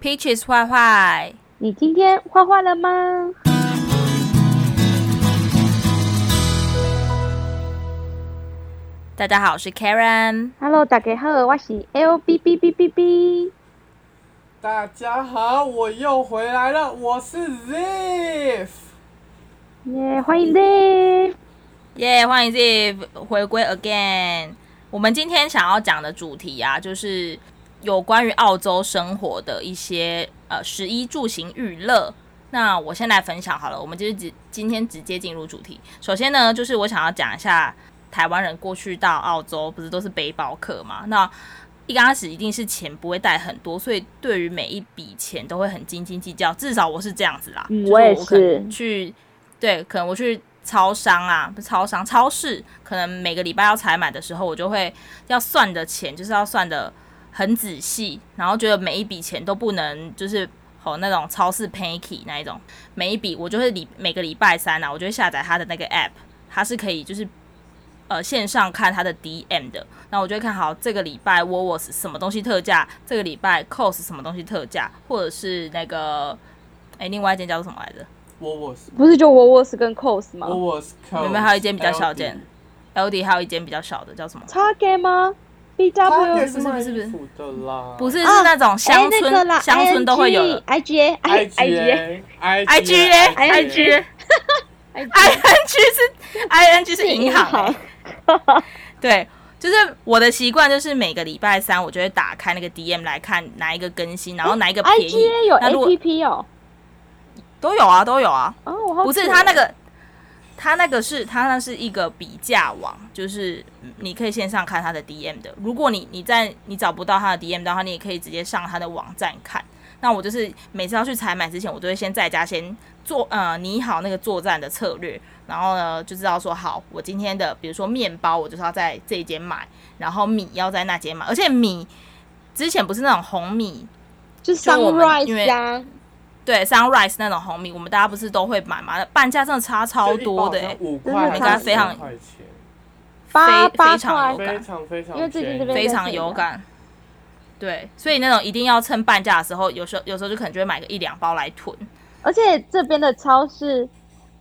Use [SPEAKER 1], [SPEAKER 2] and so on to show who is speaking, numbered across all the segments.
[SPEAKER 1] Peaches 坏坏，
[SPEAKER 2] 你今天画画了吗？
[SPEAKER 1] 大家好，我是 Karen。
[SPEAKER 2] Hello，大家好，我是 L B B B B B。
[SPEAKER 3] 大家好，我又回来了，我是 Ziff。
[SPEAKER 2] 耶、欢迎你！
[SPEAKER 1] 耶、欢迎 Ziv 回归 again。我们今天想要讲的主题啊，就是有关于澳洲生活的一些呃食衣住行娱乐。那我先来分享好了，我们就是直今天直接进入主题。首先呢，就是我想要讲一下台湾人过去到澳洲不是都是背包客嘛？那一刚开始一定是钱不会带很多，所以对于每一笔钱都会很斤斤计较。至少我是这样子啦，
[SPEAKER 2] 嗯
[SPEAKER 1] 就是
[SPEAKER 2] 我也
[SPEAKER 1] 可能
[SPEAKER 2] 是
[SPEAKER 1] 去对，可能我去超商啊，不是超商，超市，可能每个礼拜要采买的时候，我就会要算的钱，就是要算的很仔细，然后觉得每一笔钱都不能就是哦那种超市 Panky 那一种，每一笔我就会礼每个礼拜三啊，我就会下载它的那个 app，它是可以就是。呃，线上看它的 DM 的，那我就会看好这个礼拜 w o w o s 什么东西特价，这个礼拜 COS 什么东西特价，或者是那个，哎，另外一间叫做什么来着？
[SPEAKER 3] 我我是
[SPEAKER 2] 不是就 w o w o s 跟 Cos 吗
[SPEAKER 3] 我我是 c o
[SPEAKER 1] 有没有还有一间比较小件？L D 还有一间比较小的叫什么？
[SPEAKER 2] ？Target 吗？B
[SPEAKER 3] 他
[SPEAKER 2] W
[SPEAKER 3] 也
[SPEAKER 1] 是
[SPEAKER 3] 是
[SPEAKER 1] 不
[SPEAKER 3] 卖
[SPEAKER 1] 是不是
[SPEAKER 3] 衣服的啦，
[SPEAKER 1] 不是，是
[SPEAKER 2] 啊
[SPEAKER 1] 那种乡
[SPEAKER 2] 哎那
[SPEAKER 1] 村、
[SPEAKER 2] 个 啦
[SPEAKER 1] 乡村都会有的。
[SPEAKER 2] I G A 哎 I
[SPEAKER 3] I
[SPEAKER 2] G A
[SPEAKER 3] G I
[SPEAKER 1] I G A I
[SPEAKER 2] ING
[SPEAKER 1] G A
[SPEAKER 2] I G
[SPEAKER 1] I N G 是 I N G 是银行、 欸，对，就是我的习惯就是每个礼拜三我就会打开那个 D M 来看哪一个更新，然后 哪一个便
[SPEAKER 2] 哦 I
[SPEAKER 1] 宜。
[SPEAKER 2] G A 有
[SPEAKER 1] 那
[SPEAKER 2] A
[SPEAKER 1] 如果
[SPEAKER 2] P P 哦。
[SPEAKER 1] 都有啊，都有啊。
[SPEAKER 2] 哦，我好
[SPEAKER 1] 不是
[SPEAKER 2] 奇
[SPEAKER 1] 他那个，他那个是他那是一个比价网，就是你可以线上看他的 DM 的。如果你你在你找不到他的 DM 的话，你也可以直接上他的网站看。那我就是每次要去采买之前，我都会先在家先做呃拟好那个作战的策略，然后呢就知道说好，我今天的比如说面包，我就是要在这一间买，然后米要在那间买，而且米之前不是那种红米，
[SPEAKER 2] 就是
[SPEAKER 1] 就我们因
[SPEAKER 2] Sunrise
[SPEAKER 1] 为
[SPEAKER 2] 呀、啊，
[SPEAKER 1] 对 Sunrise 那种红米，我们大家不是都会买嘛？半价真的差超多的、欸，
[SPEAKER 3] 五
[SPEAKER 2] 真的
[SPEAKER 3] 块，
[SPEAKER 2] 很
[SPEAKER 1] 贵非常
[SPEAKER 3] 块钱，
[SPEAKER 2] 八
[SPEAKER 1] 非
[SPEAKER 2] 八
[SPEAKER 1] 非常有
[SPEAKER 2] 块
[SPEAKER 1] 感
[SPEAKER 3] 非常非常
[SPEAKER 2] 因为最近这边
[SPEAKER 3] 便宜
[SPEAKER 1] 非常有感。对，所以那种一定要趁半价的时候，有时候有时候就可能就会买个一两包来囤。
[SPEAKER 2] 而且这边的超市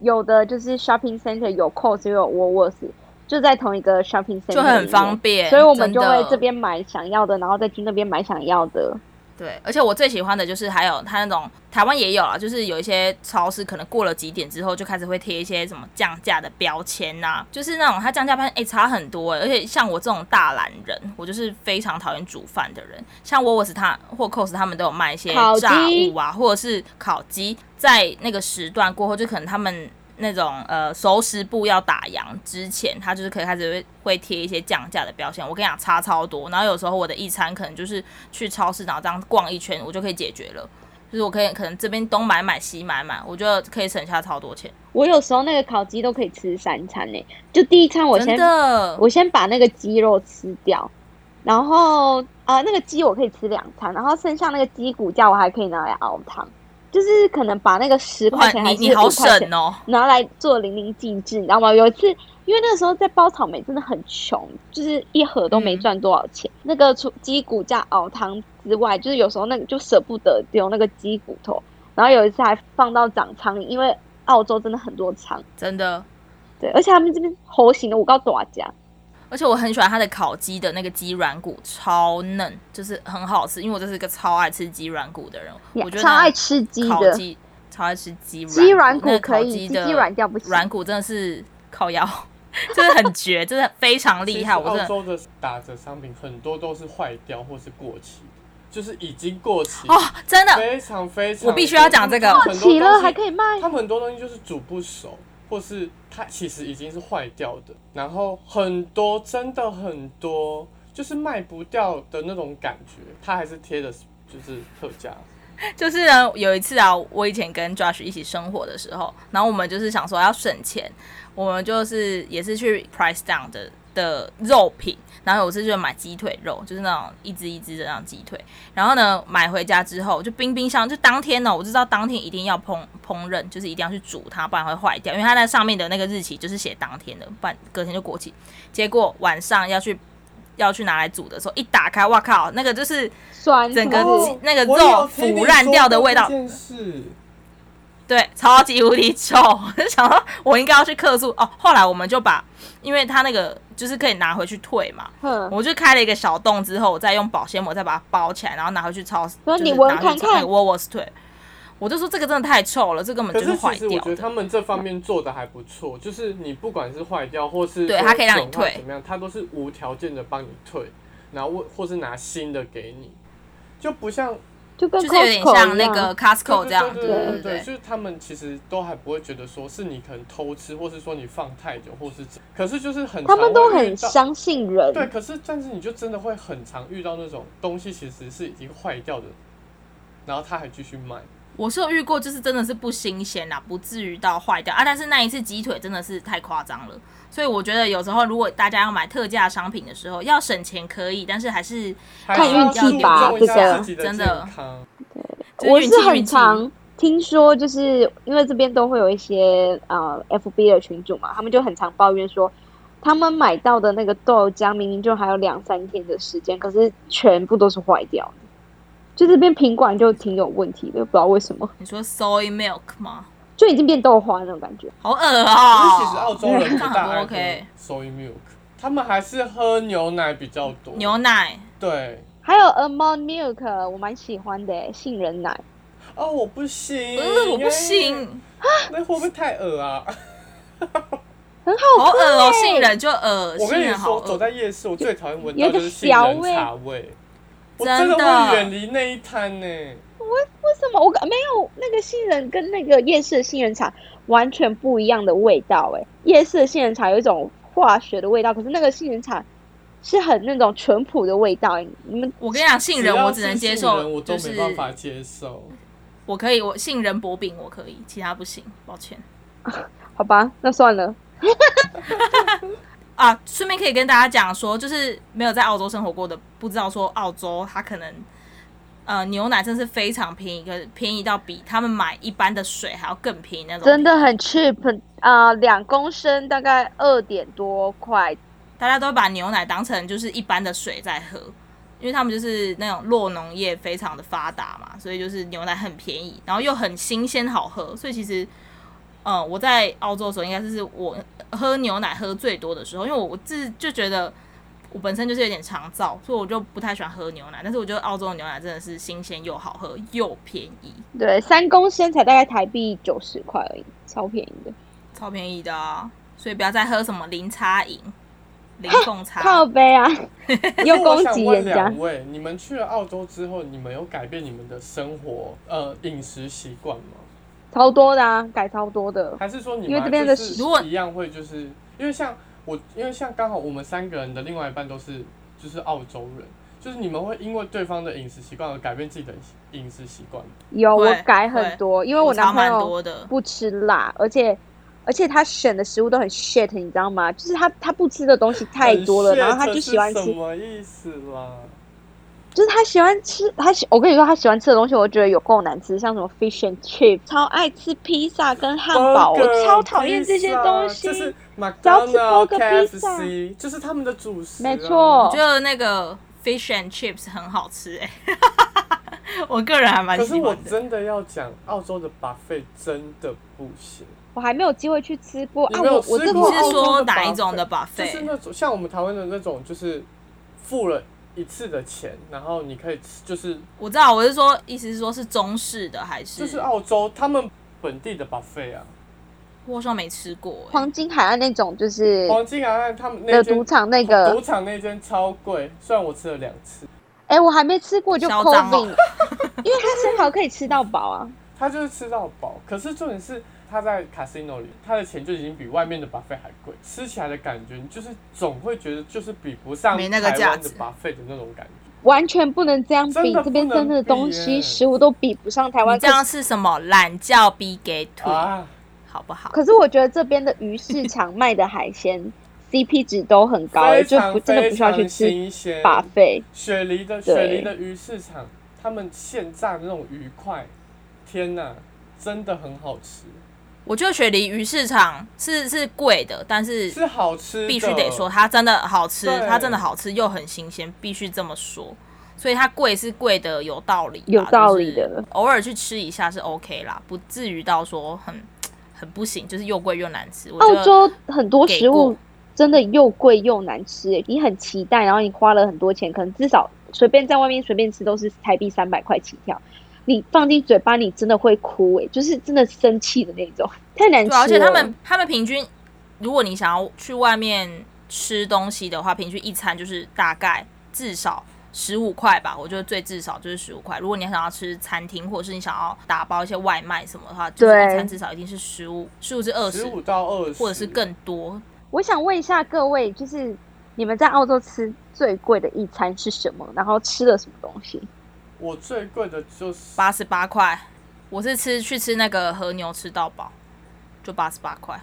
[SPEAKER 2] 有的就是 shopping center 有 Cost 也有 w o w o s 就在同一个 shopping center，
[SPEAKER 1] 就很方便
[SPEAKER 2] 里面所以我们就
[SPEAKER 1] 真
[SPEAKER 2] 会
[SPEAKER 1] 的
[SPEAKER 2] 这边买想要的，然后再去那边买想要的。
[SPEAKER 1] 对，而且我最喜欢的就是还有它那种台湾也有啊，就是有一些超市可能过了几点之后就开始会贴一些什么降价的标签呐、就是那种它降价标签哎、差很多、欸，而且像我这种大懒人，我就是非常讨厌煮饭的人，像 w o w s 他或 Cos 他们都有卖一些
[SPEAKER 2] 烤鸡
[SPEAKER 1] 炸物啊，或者是烤鸡，在那个时段过后，就可能他们。那种呃熟食部要打烊之前，他就是可以开始会会贴一些降价的标签。我跟你讲，差超多。然后有时候我的一餐可能就是去超市，然后这样逛一圈，我就可以解决了。就是我可以可能这边东买买西买买，我觉得可以省下超多钱，
[SPEAKER 2] 我有时候那个烤鸡都可以吃三餐呢、就第一餐我
[SPEAKER 1] 真
[SPEAKER 2] 先
[SPEAKER 1] 的。
[SPEAKER 2] 我先把那个鸡肉吃掉，然后啊、呃那个鸡我可以吃两餐，然后剩下那个鸡骨架我还可以拿来熬汤，就是可能把那个十块
[SPEAKER 1] 哇，
[SPEAKER 2] 钱
[SPEAKER 1] 你
[SPEAKER 2] 还是
[SPEAKER 1] 你好
[SPEAKER 2] 五块钱
[SPEAKER 1] 省哦！
[SPEAKER 2] 拿来做淋漓尽致，你知道吗？有一次，因为那个时候在包草莓真的很穷，就是一盒都没赚多少钱。那个除鸡骨架熬汤之外，就是有时候那个就舍不得丢那个鸡骨头，然后有一次还放到长仓里，因为澳洲真的很多仓，
[SPEAKER 1] 真的。
[SPEAKER 2] 对，而且他们这边猴型的我告大家，
[SPEAKER 1] 而且我很喜欢它的烤鸡的那个鸡软骨，超嫩，就是很好吃。因为我就是一个超爱吃鸡软骨的人，
[SPEAKER 2] 你
[SPEAKER 1] 我觉得
[SPEAKER 2] 超
[SPEAKER 1] 那
[SPEAKER 2] 爱吃鸡
[SPEAKER 1] 烤
[SPEAKER 2] 的，
[SPEAKER 1] 鸡，超爱吃鸡软
[SPEAKER 2] 鸡软骨
[SPEAKER 1] 那个
[SPEAKER 2] 可
[SPEAKER 1] 烤
[SPEAKER 2] 以
[SPEAKER 1] 鸡
[SPEAKER 2] 鸡
[SPEAKER 1] 的
[SPEAKER 2] 鸡软掉不行
[SPEAKER 1] 软骨真的是靠腰， 真的很绝，真的非常厉害。
[SPEAKER 3] 其实
[SPEAKER 1] 我真的
[SPEAKER 3] 澳洲的打折商品很多都是坏掉或是过期，就是已经过期
[SPEAKER 1] 哦，真的
[SPEAKER 3] 非常非常多，
[SPEAKER 1] 我必须要讲这个
[SPEAKER 3] 他们很多
[SPEAKER 2] 起
[SPEAKER 3] 东
[SPEAKER 2] 了
[SPEAKER 3] 西
[SPEAKER 2] 还可以卖，
[SPEAKER 3] 他们很多东西就是煮不熟，或是它其实已经是坏掉的，然后很多真的很多就是卖不掉的那种感觉，它还是贴的就是特价。
[SPEAKER 1] 就是呢，有一次啊，我以前跟 Josh 一起生活的时候，然后我们就是想说要省钱，我们就是也是去 Price Down 的的肉品，然后有一次就买鸡腿肉，就是那种一只一只的那种鸡腿，然后呢买回家之后就冰冰箱，就当天呢、哦我就知道当天一定要烹烹饪，就是一定要去煮它，不然会坏掉，因为它那上面的那个日期就是写当天的，不然隔天就过期。结果晚上要去要去拿来煮的时候，一打开，哇靠，那个就是
[SPEAKER 2] 酸
[SPEAKER 1] 整个
[SPEAKER 2] 是不是
[SPEAKER 1] 鸡那个
[SPEAKER 3] 哦我有
[SPEAKER 1] 肉
[SPEAKER 3] 听你
[SPEAKER 1] 腐烂掉的味道
[SPEAKER 3] 说过这件事
[SPEAKER 1] 对，超级无敌臭。我就想到我应该要去客诉哦。后来我们就把，因为它那个就是可以拿回去退嘛，
[SPEAKER 2] 哼，
[SPEAKER 1] 我就开了一个小洞之后，我再用保鲜膜再把它包起来，然后拿回去超市，
[SPEAKER 2] 那
[SPEAKER 1] 就是
[SPEAKER 2] 你闻
[SPEAKER 1] 拿
[SPEAKER 2] 看
[SPEAKER 1] 去超那
[SPEAKER 2] 看
[SPEAKER 1] 个沃沃斯退。我就说这个真的太臭了，这根本
[SPEAKER 3] 可
[SPEAKER 1] 就是坏
[SPEAKER 3] 其实我
[SPEAKER 1] 掉
[SPEAKER 3] 觉得
[SPEAKER 1] 的。
[SPEAKER 3] 他们这方面做的还不错，就是你不管是坏掉或是
[SPEAKER 1] 对
[SPEAKER 3] 说
[SPEAKER 1] 它可以让你
[SPEAKER 3] 损坏
[SPEAKER 1] 退
[SPEAKER 3] 怎么样，它都是无条件的帮你退，然后或或是拿新的给你，就不像
[SPEAKER 2] 就跟
[SPEAKER 1] 就是有点
[SPEAKER 2] Costco
[SPEAKER 1] 像
[SPEAKER 2] 一
[SPEAKER 1] 那
[SPEAKER 2] 样
[SPEAKER 1] 个 Costco 这样，
[SPEAKER 3] 对
[SPEAKER 1] 对
[SPEAKER 3] 对
[SPEAKER 1] 对
[SPEAKER 3] 对对，
[SPEAKER 1] 对
[SPEAKER 3] 就是他们其实都还不会觉得说是你可能偷吃，或是说你放太久，或是怎，可是就是很
[SPEAKER 2] 他们
[SPEAKER 3] 常
[SPEAKER 2] 都
[SPEAKER 3] 会遇
[SPEAKER 2] 很
[SPEAKER 3] 到
[SPEAKER 2] 相信人，
[SPEAKER 3] 对，可是但是你就真的会很常遇到那种东西其实是已经坏掉的，然后他还继续卖。
[SPEAKER 1] 我是有遇过，就是真的是不新鲜啦，不至于到坏掉啊。但是那一次鸡腿真的是太夸张了，所以我觉得有时候如果大家要买特价商品的时候，要省钱可以，但是还是
[SPEAKER 3] 还
[SPEAKER 2] 看
[SPEAKER 3] 是要
[SPEAKER 2] 运气
[SPEAKER 3] 注
[SPEAKER 2] 吧
[SPEAKER 3] 重一
[SPEAKER 2] 这
[SPEAKER 3] 下
[SPEAKER 2] 个
[SPEAKER 3] 自己
[SPEAKER 1] 真
[SPEAKER 3] 健
[SPEAKER 1] 的
[SPEAKER 3] 康。
[SPEAKER 1] 就是
[SPEAKER 2] 我
[SPEAKER 1] 运
[SPEAKER 2] 是
[SPEAKER 1] 气
[SPEAKER 2] 很
[SPEAKER 1] 运气
[SPEAKER 2] 常听说，就是因为这边都会有一些呃 FB 的群主嘛，他们就很常抱怨说，他们买到的那个豆浆明明就还有两三天的时间，可是全部都是坏掉的。就这边品管就挺有问题的，不知道为什么，
[SPEAKER 1] 你说 soy milk 吗？
[SPEAKER 2] 就已经变豆花那种感觉。
[SPEAKER 1] 好恶
[SPEAKER 3] 可
[SPEAKER 1] 哦、
[SPEAKER 3] 是其实澳洲人不
[SPEAKER 1] 这样
[SPEAKER 3] 大
[SPEAKER 1] 很
[SPEAKER 3] 爱
[SPEAKER 1] 不 OK。
[SPEAKER 3] 喝 soy milk，他们还是喝牛奶比较多。
[SPEAKER 1] 牛奶，
[SPEAKER 3] 对
[SPEAKER 2] 还有 almond milk，我蛮喜欢的，欸杏仁奶。
[SPEAKER 3] 哦，我不行，
[SPEAKER 1] 呃，我不，行，
[SPEAKER 3] 那会不会太恶啊？
[SPEAKER 1] 好恶哦、杏仁就恶，
[SPEAKER 3] 我跟
[SPEAKER 1] 杏
[SPEAKER 3] 你
[SPEAKER 1] 仁好呃
[SPEAKER 3] 说，走
[SPEAKER 1] 恶。
[SPEAKER 3] 在夜市，我最讨厌闻
[SPEAKER 2] 有
[SPEAKER 3] 到
[SPEAKER 2] 一个
[SPEAKER 3] 就是杏仁
[SPEAKER 2] 小味
[SPEAKER 3] 茶味，我
[SPEAKER 1] 真
[SPEAKER 3] 真的
[SPEAKER 1] 的
[SPEAKER 3] 会远离那一摊呢、
[SPEAKER 2] 为什么我感没有那个杏仁跟那个夜市的杏仁茶完全不一样的味道、欸？哎，夜市的杏仁茶有一种化学的味道，可是那个杏仁茶是很那种淳朴的味道、欸。你们
[SPEAKER 1] 我跟你讲，杏仁
[SPEAKER 3] 只要
[SPEAKER 1] 我
[SPEAKER 3] 是
[SPEAKER 1] 只能接
[SPEAKER 3] 杏仁
[SPEAKER 1] 受，
[SPEAKER 3] 我都
[SPEAKER 1] 就
[SPEAKER 3] 没
[SPEAKER 1] 是
[SPEAKER 3] 办法接受。
[SPEAKER 1] 我可以，我杏仁薄饼我可以，其他不行，抱歉。
[SPEAKER 2] 好吧，那算了。
[SPEAKER 1] 啊，顺便可以跟大家讲说，就是没有在澳洲生活过的，不知道说澳洲它可能呃牛奶真是非常便宜，可是便宜到比他们买一般的水还要更便宜那种。
[SPEAKER 2] 真的很 cheap 啊、两公升大概二点多块。
[SPEAKER 1] 大家都把牛奶当成就是一般的水在喝，因为他们就是那种落农业非常的发达嘛，所以就是牛奶很便宜，然后又很新鲜好喝，所以其实，呃，我在澳洲的时候，应该是我喝牛奶喝最多的时候，因为我我自就觉得我本身就是有点肠燥，所以我就不太喜欢喝牛奶，但是我觉得澳洲的牛奶真的是新鲜又好喝又便宜，
[SPEAKER 2] 对，三公升才大概台币九十块而已，超便宜的。
[SPEAKER 1] 超便宜的啊，所以不要再喝什么零差饮、零凤差
[SPEAKER 2] 靠。背 啊，又
[SPEAKER 3] 那我
[SPEAKER 2] 攻
[SPEAKER 3] 想
[SPEAKER 2] 击
[SPEAKER 3] 问
[SPEAKER 2] 人家
[SPEAKER 3] 两。位，你们去了澳洲之后，你们有改变你们的生活呃饮食习惯吗？
[SPEAKER 2] 超多的啊，改超多的。
[SPEAKER 3] 还是说你
[SPEAKER 2] 因为
[SPEAKER 3] 们
[SPEAKER 2] 这边的
[SPEAKER 3] 就是
[SPEAKER 2] 食
[SPEAKER 1] 如果
[SPEAKER 3] 一样会就是因为像我，因为像刚好我们三个人的另外一半都是就是澳洲人，就是你们会因为对方的饮食习惯而改变自己的饮食习惯吗。
[SPEAKER 2] 有
[SPEAKER 1] 会
[SPEAKER 2] 我改
[SPEAKER 1] 会
[SPEAKER 2] 很多，因为我
[SPEAKER 1] 差
[SPEAKER 2] 男朋
[SPEAKER 1] 蛮
[SPEAKER 2] 友
[SPEAKER 1] 多的，
[SPEAKER 2] 不吃辣，而且而且他选的食物都很 shit，你知道吗？就是他他不吃的东西太多了，
[SPEAKER 3] 很
[SPEAKER 2] 然后他
[SPEAKER 3] shit
[SPEAKER 2] 就喜欢
[SPEAKER 3] 是什
[SPEAKER 2] 吃，
[SPEAKER 3] 么意思啦？
[SPEAKER 2] 就是他喜欢吃他喜我跟你说他喜欢吃的东西，我觉得有够难吃，像什么 fish and chip，超爱吃披萨跟汉堡，我
[SPEAKER 3] Burger，
[SPEAKER 2] 超讨厌这些东西。
[SPEAKER 3] 披萨就是
[SPEAKER 2] 只要吃
[SPEAKER 3] McDonald、
[SPEAKER 2] burger，披萨
[SPEAKER 3] KFC，就是他们的主食、啊
[SPEAKER 2] 没错
[SPEAKER 1] 我觉得那个 fish and chips 很好吃哎、 我个人还蛮
[SPEAKER 3] 可是
[SPEAKER 1] 喜
[SPEAKER 3] 我
[SPEAKER 1] 欢的。
[SPEAKER 3] 真的要讲，澳洲的 buffet 真的不行。
[SPEAKER 2] 我还没有机会去吃过
[SPEAKER 3] 你
[SPEAKER 2] 啊，
[SPEAKER 3] 没有
[SPEAKER 2] 我我
[SPEAKER 3] 吃
[SPEAKER 2] 这
[SPEAKER 3] 过
[SPEAKER 2] 过
[SPEAKER 1] 你
[SPEAKER 2] 澳
[SPEAKER 1] 是
[SPEAKER 2] 洲
[SPEAKER 1] 说
[SPEAKER 3] 的
[SPEAKER 1] 哪
[SPEAKER 3] buffet，
[SPEAKER 1] 一种的
[SPEAKER 3] 就是
[SPEAKER 1] buffet？
[SPEAKER 3] 那种像我们台湾的那种，就是付了一次的钱，然后你可以吃，就是
[SPEAKER 1] 我知道，我是说，意思是说是中式的还是？
[SPEAKER 3] 就是澳洲他们本地的 buffet 啊，
[SPEAKER 1] 我好像没吃过、欸，
[SPEAKER 2] 黄金海岸那种就是
[SPEAKER 3] 黄金海岸他们那
[SPEAKER 2] 的
[SPEAKER 3] 间
[SPEAKER 2] 赌场那个
[SPEAKER 3] 赌，场那间超贵，虽然我吃了两次，
[SPEAKER 2] 哎，我还没吃过就
[SPEAKER 1] 嚣张哦
[SPEAKER 2] COVID，因为它生蚝可以吃到饱啊。
[SPEAKER 3] 他就是吃到饱，可是重点是他在 casino 里，他的钱就已经比外面的 buffet 还贵，吃起来的感觉你就是总会觉得就是比不上
[SPEAKER 1] 没那个
[SPEAKER 3] 台
[SPEAKER 1] 价
[SPEAKER 3] 湾的
[SPEAKER 1] 值
[SPEAKER 3] buffet 的那种感觉。
[SPEAKER 2] 完全不能这样比
[SPEAKER 3] 真的，
[SPEAKER 2] 这边
[SPEAKER 3] 不能
[SPEAKER 2] 真的
[SPEAKER 3] 比
[SPEAKER 2] 东
[SPEAKER 3] 耶
[SPEAKER 2] 西食物都比不上台湾。
[SPEAKER 1] 你这
[SPEAKER 2] 可
[SPEAKER 1] 样是
[SPEAKER 2] 是
[SPEAKER 1] 什么？懒觉比给腿，
[SPEAKER 2] 嗯
[SPEAKER 3] 啊，
[SPEAKER 1] 好不好？
[SPEAKER 2] 可是我觉得这边的鱼市场卖的海 鲜 CP 值都很高、欸，
[SPEAKER 3] 非
[SPEAKER 2] 就
[SPEAKER 3] 常
[SPEAKER 2] 不真的不需要
[SPEAKER 3] 非
[SPEAKER 2] 去
[SPEAKER 3] 常
[SPEAKER 2] 吃
[SPEAKER 3] 新鲜
[SPEAKER 2] buffet。
[SPEAKER 3] 雪梨的
[SPEAKER 2] 对
[SPEAKER 3] 雪梨的鱼市场，他们现炸的那种鱼块，天哪，真的很好吃。
[SPEAKER 1] 我觉得雪梨鱼市场是是贵的，但是
[SPEAKER 3] 是好吃的，
[SPEAKER 1] 必须得说它真的好吃，
[SPEAKER 3] 对
[SPEAKER 1] 它真的好吃又很新鲜，必须这么说。所以它贵是贵的，有道理啦，
[SPEAKER 2] 有道理的
[SPEAKER 1] 就是偶尔去吃一下是 OK 啦，不至于到说很很不行，就是又贵又难吃。我觉得
[SPEAKER 2] 澳洲很多
[SPEAKER 1] 给
[SPEAKER 2] 食物
[SPEAKER 1] 过
[SPEAKER 2] 真的又贵又难吃、欸，你很期待，然后你花了很多钱，可能至少随便在外面随便吃都是台币三百块起跳，你放进嘴巴你真的会哭、欸，就是真的生气的那种，太难
[SPEAKER 1] 对
[SPEAKER 2] 吃了。
[SPEAKER 1] 啊，而且他们他们平均，如果你想要去外面吃东西的话，平均一餐就是大概至少十五块吧，我觉得最至少就是十五块。如果你想要吃餐厅，或者是你想要打包一些外卖什么的话，就是
[SPEAKER 2] 对
[SPEAKER 1] 一餐至少一定是十五，十五至二
[SPEAKER 3] 十
[SPEAKER 1] 十，
[SPEAKER 3] 五到二十，
[SPEAKER 1] 或者是更多。
[SPEAKER 2] 我想问一下各位，就是你们在澳洲吃最贵的一餐是什么？然后吃了什么东西？
[SPEAKER 3] 我最贵的就是
[SPEAKER 1] 八十八块，我是吃去吃那个和牛吃到饱，就八十八块。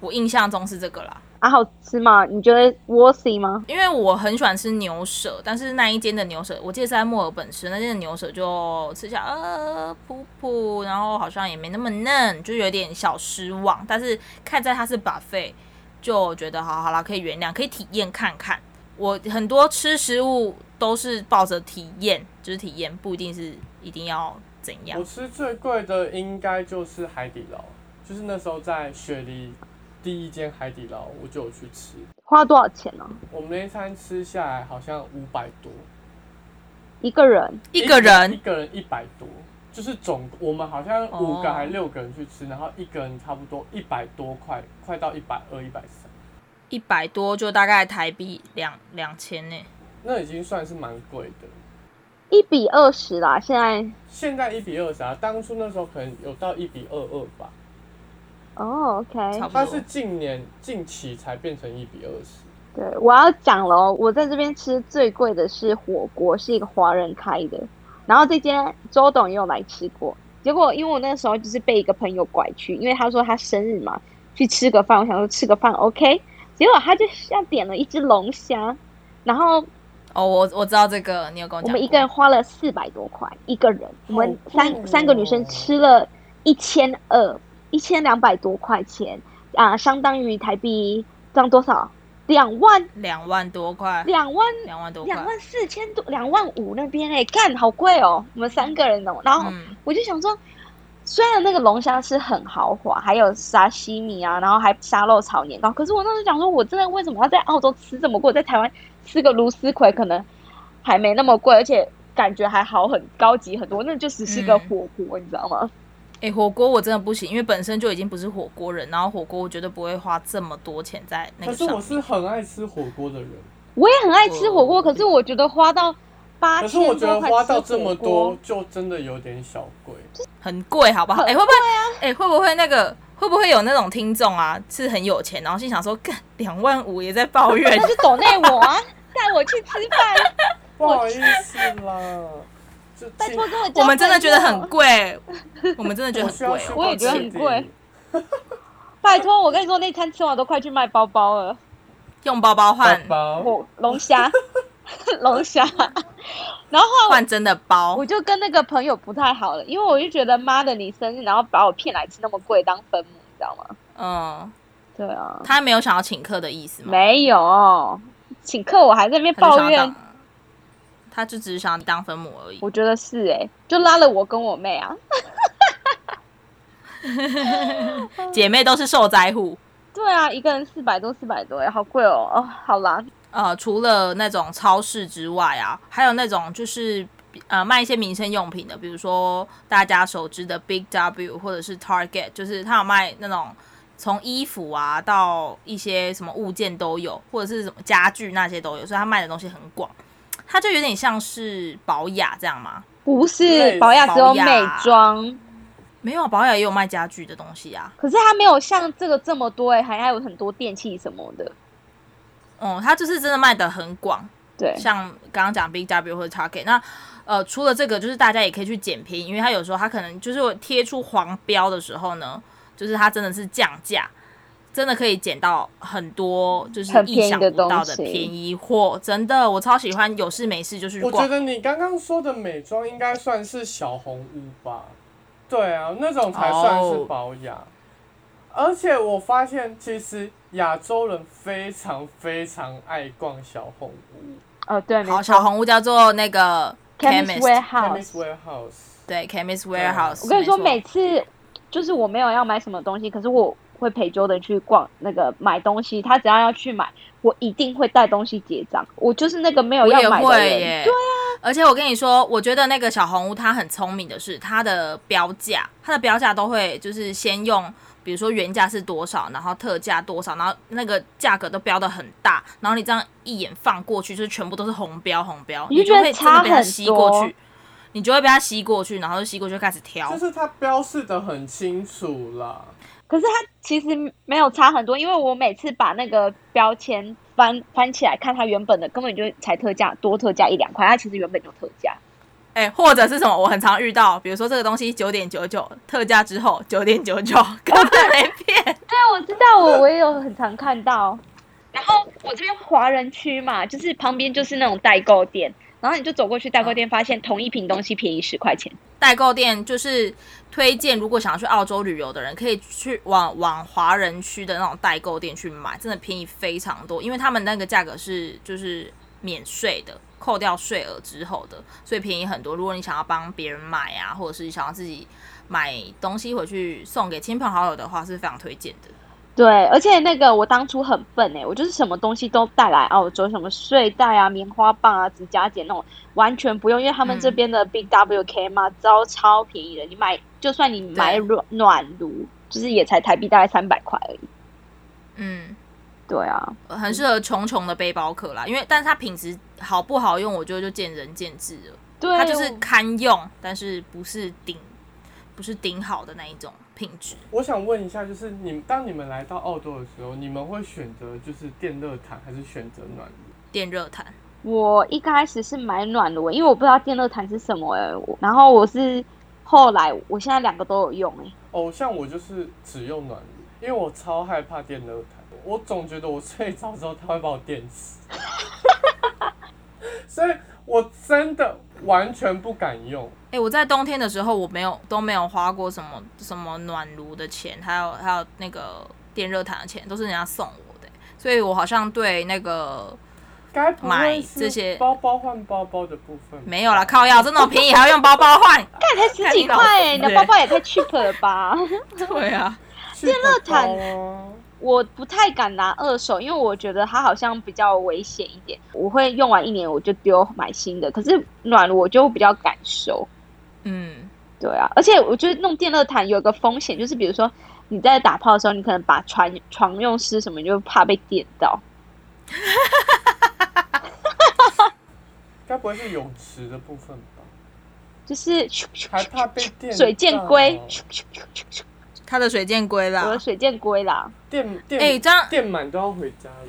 [SPEAKER 1] 我印象中是这个啦，
[SPEAKER 2] 啊，好吃吗？你觉得 worthy 吗？
[SPEAKER 1] 因为我很喜欢吃牛舌，但是那一间的牛舌，我记得是在墨尔本吃，那间的牛舌就吃起来呃普普，然后好像也没那么嫩，就有点小失望。但是看在它是 buffet，就觉得好好啦，可以原谅，可以体验看看。我很多吃食物都是抱着体验，就是体验，不一定是一定要怎样
[SPEAKER 3] 我。吃最贵的应该就是海底捞，就是那时候在雪梨第一间海底捞，我就有去吃。
[SPEAKER 2] 花多少钱呢、
[SPEAKER 3] 我们那一餐吃下来好像五百多，
[SPEAKER 2] 一个人
[SPEAKER 1] 一个
[SPEAKER 3] 一
[SPEAKER 1] 人
[SPEAKER 3] 个人一百多，就是总我们好像五个
[SPEAKER 1] 哦
[SPEAKER 3] 还六个人去吃，然后一个人差不多一百多块，快到一百二、一百三，
[SPEAKER 1] 一百多，就大概台币两两千呢。
[SPEAKER 3] 那已经算是蛮贵的。
[SPEAKER 2] 一比二十啦，现在
[SPEAKER 3] 现在一比二十啊，当初那时候可能有到一比二二吧，
[SPEAKER 2] 哦，OK，
[SPEAKER 1] 差不
[SPEAKER 3] 它
[SPEAKER 1] 多
[SPEAKER 3] 是近年近期才变成一比二十。
[SPEAKER 2] 对，我要讲了哦，我在这边吃最贵的是火锅，是一个华人开的，然后这间周董也有来吃过，结果因为我那时候就是被一个朋友拐去，因为他说他生日嘛，去吃个饭，我想说吃个饭 OK，结果他就像点了一只龙虾，然后
[SPEAKER 1] 哦，我我知道这个，你有跟我讲
[SPEAKER 2] 我
[SPEAKER 1] 过。
[SPEAKER 2] 们一个人花了四百多块一个人，我们三、
[SPEAKER 3] 贵哦
[SPEAKER 2] 三个女生吃了一千二一千两百多块钱啊、相当于台币这样多少？两万
[SPEAKER 1] 两万多块，
[SPEAKER 2] 两万
[SPEAKER 1] 两万多块，
[SPEAKER 2] 两万四千多，两万五那边哎、欸，看好贵哦、我们三个人哦、然后
[SPEAKER 1] 嗯，
[SPEAKER 2] 我就想说，虽然那个龙虾是很豪华，还有沙西米啊，然后还沙漏炒年糕，可是我那时候想说，我真的为什么要在澳洲吃这么贵？我在台湾吃个芦丝葵可能还没那么贵，而且感觉还好很高级很多，那就只是个
[SPEAKER 1] 嗯
[SPEAKER 2] 火锅，你知道吗？
[SPEAKER 1] 哎、火锅我真的不行，因为本身就已经不是火锅人，然后火锅我绝对不会花这么多钱在那
[SPEAKER 3] 可
[SPEAKER 1] 个
[SPEAKER 3] 是
[SPEAKER 1] 上
[SPEAKER 3] 我
[SPEAKER 1] 面。
[SPEAKER 3] 是很爱吃火锅的人，
[SPEAKER 2] 我也很爱吃火锅，
[SPEAKER 1] 哦
[SPEAKER 2] 可是我觉得花到八
[SPEAKER 3] 可是
[SPEAKER 2] 千
[SPEAKER 3] 我
[SPEAKER 2] 多
[SPEAKER 3] 觉得
[SPEAKER 2] 块
[SPEAKER 3] 花
[SPEAKER 2] 吃
[SPEAKER 3] 到这么
[SPEAKER 2] 火锅
[SPEAKER 3] 多，就真的有点小贵。
[SPEAKER 1] 很贵，好不好？哎、
[SPEAKER 2] 很啊
[SPEAKER 1] 会不会？哎、会不会那个？会不会有那种听众啊，是很有钱，然后心想说，干两万五也在抱 怨
[SPEAKER 2] 那，就哎抖内我啊，带我去吃饭。
[SPEAKER 3] 不好意思啦，就
[SPEAKER 2] 拜托给我交
[SPEAKER 1] 我们真的
[SPEAKER 2] 朋
[SPEAKER 1] 觉得
[SPEAKER 2] 友
[SPEAKER 1] 很贵，我们真的觉得
[SPEAKER 3] 我
[SPEAKER 1] 很
[SPEAKER 3] 需要
[SPEAKER 1] 贵
[SPEAKER 3] 去
[SPEAKER 1] 哦。
[SPEAKER 2] 我也觉得
[SPEAKER 3] 逛
[SPEAKER 2] 很
[SPEAKER 3] 街
[SPEAKER 2] 贵拜托，我跟你说，那餐吃完都快去卖包包了。
[SPEAKER 1] 用包包换
[SPEAKER 3] 包包
[SPEAKER 2] 我龙虾， 龙虾。然后后来
[SPEAKER 1] 换真的包
[SPEAKER 2] 我我，就跟那个朋友不太好了，因为我就觉得妈的，你生日然后把我骗来吃那么贵当分母，你知道吗？
[SPEAKER 1] 嗯，
[SPEAKER 2] 对啊，
[SPEAKER 1] 他没有想要请客的意思吗？
[SPEAKER 2] 没有，请客我还在那边
[SPEAKER 1] 他就
[SPEAKER 2] 抱
[SPEAKER 1] 想要
[SPEAKER 2] 怨
[SPEAKER 1] 当，，他就只是想要当分母而已。
[SPEAKER 2] 我觉得是哎、就拉了我跟我妹啊。
[SPEAKER 1] 姐妹都是受灾户。
[SPEAKER 2] 对啊，一个人四百多，四百多哎，好贵哦。哦，好啦，
[SPEAKER 1] 呃，除了那种超市之外啊，还有那种就是呃卖一些民生用品的，比如说大家熟知的 Big W 或者是 Target，就是它有卖那种从衣服啊到一些什么物件都有，或者是什么家具那些都有，所以它卖的东西很广。它就有点像是宝雅这样吗？
[SPEAKER 2] 不
[SPEAKER 3] 对
[SPEAKER 2] 是保养只有
[SPEAKER 1] 保养
[SPEAKER 2] 美妆，
[SPEAKER 1] 没有啊，宝雅也有卖家具的东西啊。
[SPEAKER 2] 可是它没有像这个这么多哎、还还有很多电器什么的。
[SPEAKER 1] 哦、它就是真的卖的很广，
[SPEAKER 2] 对，
[SPEAKER 1] 像刚刚讲 Big W 或者 Target，那呃，除了这个，就是大家也可以去捡便宜，因为它有时候它可能就是我贴出黄标的时候呢，就是它真的是降价，真的可以捡到很多就是
[SPEAKER 2] 很
[SPEAKER 1] 意
[SPEAKER 2] 便宜
[SPEAKER 1] 想
[SPEAKER 2] 的
[SPEAKER 1] 不到
[SPEAKER 2] 东
[SPEAKER 1] 的
[SPEAKER 2] 西
[SPEAKER 1] 便宜货，真的我超喜欢，有事没事就去
[SPEAKER 3] 我觉
[SPEAKER 1] 逛。
[SPEAKER 3] 得你刚刚说的美妆应该算是小红屋吧？对啊，那种才算是保养。而且我发现，其实亚洲人非常非常爱逛小红屋
[SPEAKER 2] 哦，对，
[SPEAKER 1] 好，
[SPEAKER 2] 没
[SPEAKER 1] 小
[SPEAKER 2] 错
[SPEAKER 1] 红屋叫做那个
[SPEAKER 2] ，Chemist
[SPEAKER 1] chemist，
[SPEAKER 3] ，Chemist
[SPEAKER 2] Warehouse。
[SPEAKER 3] Warehouse。
[SPEAKER 1] 对 chemist warehouse。
[SPEAKER 2] 我跟你说，
[SPEAKER 1] 没错
[SPEAKER 2] 每次就是我没有要买什么东西，可是我会陪 Jordan 去逛那个买东西。他只要要去买，我一定会带东西结账。我就是那个没有
[SPEAKER 1] 我
[SPEAKER 2] 要
[SPEAKER 1] 也
[SPEAKER 2] 买的
[SPEAKER 1] 会
[SPEAKER 2] 人。
[SPEAKER 1] 耶，
[SPEAKER 2] 对，
[SPEAKER 1] 啊。而且我跟你说，我觉得那个小红屋它很聪明的是，它的标价，它的标价都会就是先用，比如说原价是多少，然后特价多少，然后那个价格都标的很大，然后你这样一眼放过去，就是全部都是红标红标，
[SPEAKER 2] 你就
[SPEAKER 1] 你
[SPEAKER 2] 觉得
[SPEAKER 1] 会真的被
[SPEAKER 2] 差
[SPEAKER 1] 它
[SPEAKER 2] 很
[SPEAKER 1] 吸过
[SPEAKER 2] 多
[SPEAKER 1] 去，你就会被它吸过去，然后就吸过去就开始挑
[SPEAKER 3] 就。是它标示的很清楚啦，
[SPEAKER 2] 可是它其实没有差很多，因为我每次把那个标签翻翻起来看，它原本的根本就才特价多特价一两块，它其实原本就特价。
[SPEAKER 1] 哎、或者是什么？我很常遇到，比如说这个东西九点九九，特价之后九点九 九，根本没变。
[SPEAKER 2] 对啊，我知道，我我也有很常看到。然后我这边华人区嘛，就是旁边就是那种代购店，然后你就走过去代购店，发现同一瓶东西便宜十块钱。
[SPEAKER 1] 代购店就是推荐，如果想要去澳洲旅游的人，可以去往往华人区的那种代购店去买，真的便宜非常多，因为他们那个价格是就是免税的，扣掉税额之后的，所以便宜很多。如果你想要帮别人买啊，或者是想要自己买东西回去送给亲朋好友的话，是非常推荐的。
[SPEAKER 2] 对，而且那个我当初很笨哎、我就是什么东西都带来澳洲，什么睡袋啊、棉花棒啊、指甲剪那种，完全不用，因为他们这
[SPEAKER 1] 嗯
[SPEAKER 2] 边的 Big W K 嘛，超超便宜的，你买就算你买暖暖炉，就是也才台币大概三百块而已。
[SPEAKER 1] 嗯，
[SPEAKER 2] 对啊，
[SPEAKER 1] 很适合穷穷的背包客啦，因为但是它品质好不好用，我觉得就见仁见智了。
[SPEAKER 2] 对，
[SPEAKER 1] 它就是堪用，但是不是顶，不是顶好的那一种品质。
[SPEAKER 3] 我想问一下，就是你们当你们来到澳洲的时候，你们会选择就是电热毯，还是选择暖炉？
[SPEAKER 1] 电热毯，
[SPEAKER 2] 我一开始是买暖炉，因为我不知道电热毯是什么哎、我然后我是后来，我现在两个都有用哎、
[SPEAKER 3] 哦，像我就是只用暖炉，因为我超害怕电热毯，我总觉得我睡着之后它会把我电死， 所以我真的完全不敢用。
[SPEAKER 1] 哎、我在冬天的时候我没有都没有花过什么什么暖炉的钱，还有还有那个电热毯的钱，都是人家送我的欸、所以我好像对那个
[SPEAKER 3] 该不
[SPEAKER 1] 买
[SPEAKER 3] 会
[SPEAKER 1] 这些
[SPEAKER 3] 是包包换包包的部分吧
[SPEAKER 1] 没有啦，靠药这种便宜还要用包包换？
[SPEAKER 2] 但才十几块哎、你的包包也太 cheap 了吧！
[SPEAKER 1] 对啊，
[SPEAKER 3] 电热
[SPEAKER 2] 毯
[SPEAKER 3] 啊，
[SPEAKER 2] 我不太敢拿二手，因为我觉得它好像比较危险一点。我会用完一年我就丢买新的，可是暖炉我就比较敢收。
[SPEAKER 1] 嗯，
[SPEAKER 2] 对啊，而且我觉得弄电热毯有个风险，就是比如说你在打泡的时候，你可能把床床用湿什么，你就怕被电到。
[SPEAKER 3] 该不会是泳池的部分吧？
[SPEAKER 2] 就是
[SPEAKER 3] 还怕被电
[SPEAKER 2] 水箭龟
[SPEAKER 3] 到，
[SPEAKER 1] 它的水箭龟
[SPEAKER 2] 我
[SPEAKER 1] 啦
[SPEAKER 2] 的。水箭龟啦。
[SPEAKER 3] 电电
[SPEAKER 1] 哎、这样
[SPEAKER 3] 电满都要回家了。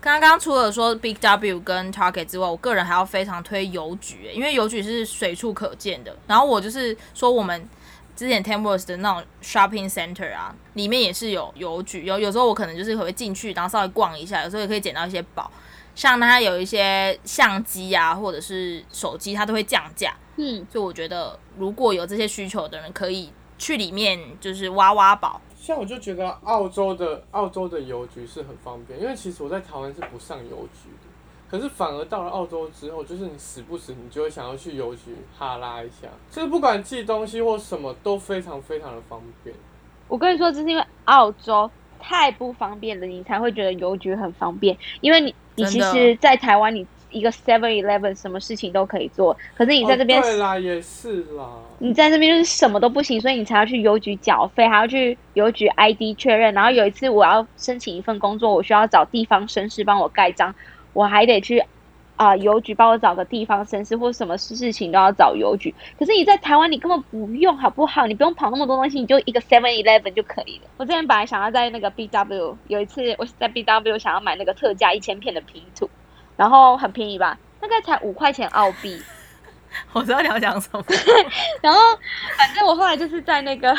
[SPEAKER 1] 刚刚除了说 Big W 跟 Target 之外，我个人还要非常推邮局、欸因为邮局是随处可见的。然后我就是说，我们之前 Tamworth 的那种 shopping center 啊，里面也是有邮局，有有时候我可能就是会进去，然后稍微逛一下，有时候也可以捡到一些宝，像它有一些相机啊，或者是手机，它都会降价。
[SPEAKER 2] 嗯，
[SPEAKER 1] 所以我觉得，如果有这些需求的人，可以去里面就是挖挖宝。
[SPEAKER 3] 像我就觉得澳洲的澳洲的邮局是很方便，因为其实我在台湾是不上邮局的，可是反而到了澳洲之后，就是你时不时你就会想要去邮局哈拉一下，就是不管寄东西或什么都非常非常的方便。
[SPEAKER 2] 我跟你说，这是因为澳洲太不方便了，你才会觉得邮局很方便。因为你你
[SPEAKER 1] 真
[SPEAKER 2] 其
[SPEAKER 1] 的
[SPEAKER 2] 实，在台湾你一个 Seven Eleven 什么事情都可以做，可是你在这边、
[SPEAKER 3] 哦、对啦，也是啦，
[SPEAKER 2] 你在这边就是什么都不行，所以你才要去邮局缴费，还要去邮局 ID 确认。然后有一次我要申请一份工作，我需要找地方绅士帮我盖章，我还得去啊、邮局帮我找个地方绅士，或什么事情都要找邮局。可是你在台湾，你根本不用，好不好？你不用跑那么多东西，你就一个 Seven Eleven 就可以了。我之前本来想要在那个 BW 有一次，我在 BW 想要买那个特价一千片的拼图，然后很便宜吧，大概才五块钱澳币。
[SPEAKER 1] 我知道你要讲什么。
[SPEAKER 2] 然后反正我后来就是在那个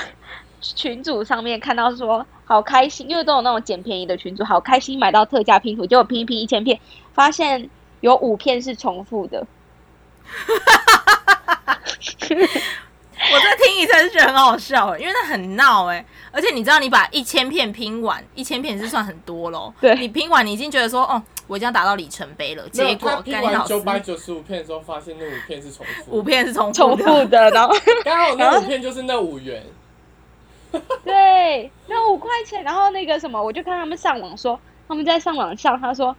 [SPEAKER 2] 群组上面看到说，好开心，因为都有那种捡便宜的群组，好开心买到特价拼图，结果拼一拼一千片，发现有五片是重复的。
[SPEAKER 1] 我在听听一次还是觉得很好笑欸，因为那很闹哎、而且你知道，你把一千片拼完，一千片是算很多喽。
[SPEAKER 2] 对
[SPEAKER 1] 你拼完，你已经觉得说，哦，我已经要达到里程碑了。
[SPEAKER 3] 没
[SPEAKER 1] 结
[SPEAKER 3] 有
[SPEAKER 1] 果
[SPEAKER 3] 他，拼
[SPEAKER 1] 干你
[SPEAKER 3] 完
[SPEAKER 1] 老
[SPEAKER 3] 九百
[SPEAKER 1] 师
[SPEAKER 3] 九十五片的时候，发现那五片是重复
[SPEAKER 1] 五，片是重
[SPEAKER 2] 重
[SPEAKER 1] 复的，
[SPEAKER 2] 复的，然后
[SPEAKER 3] 刚好那五片就是那五元，
[SPEAKER 2] 对，那五块钱，然后那个什么，我就看他们上网说，他们在上网上，他说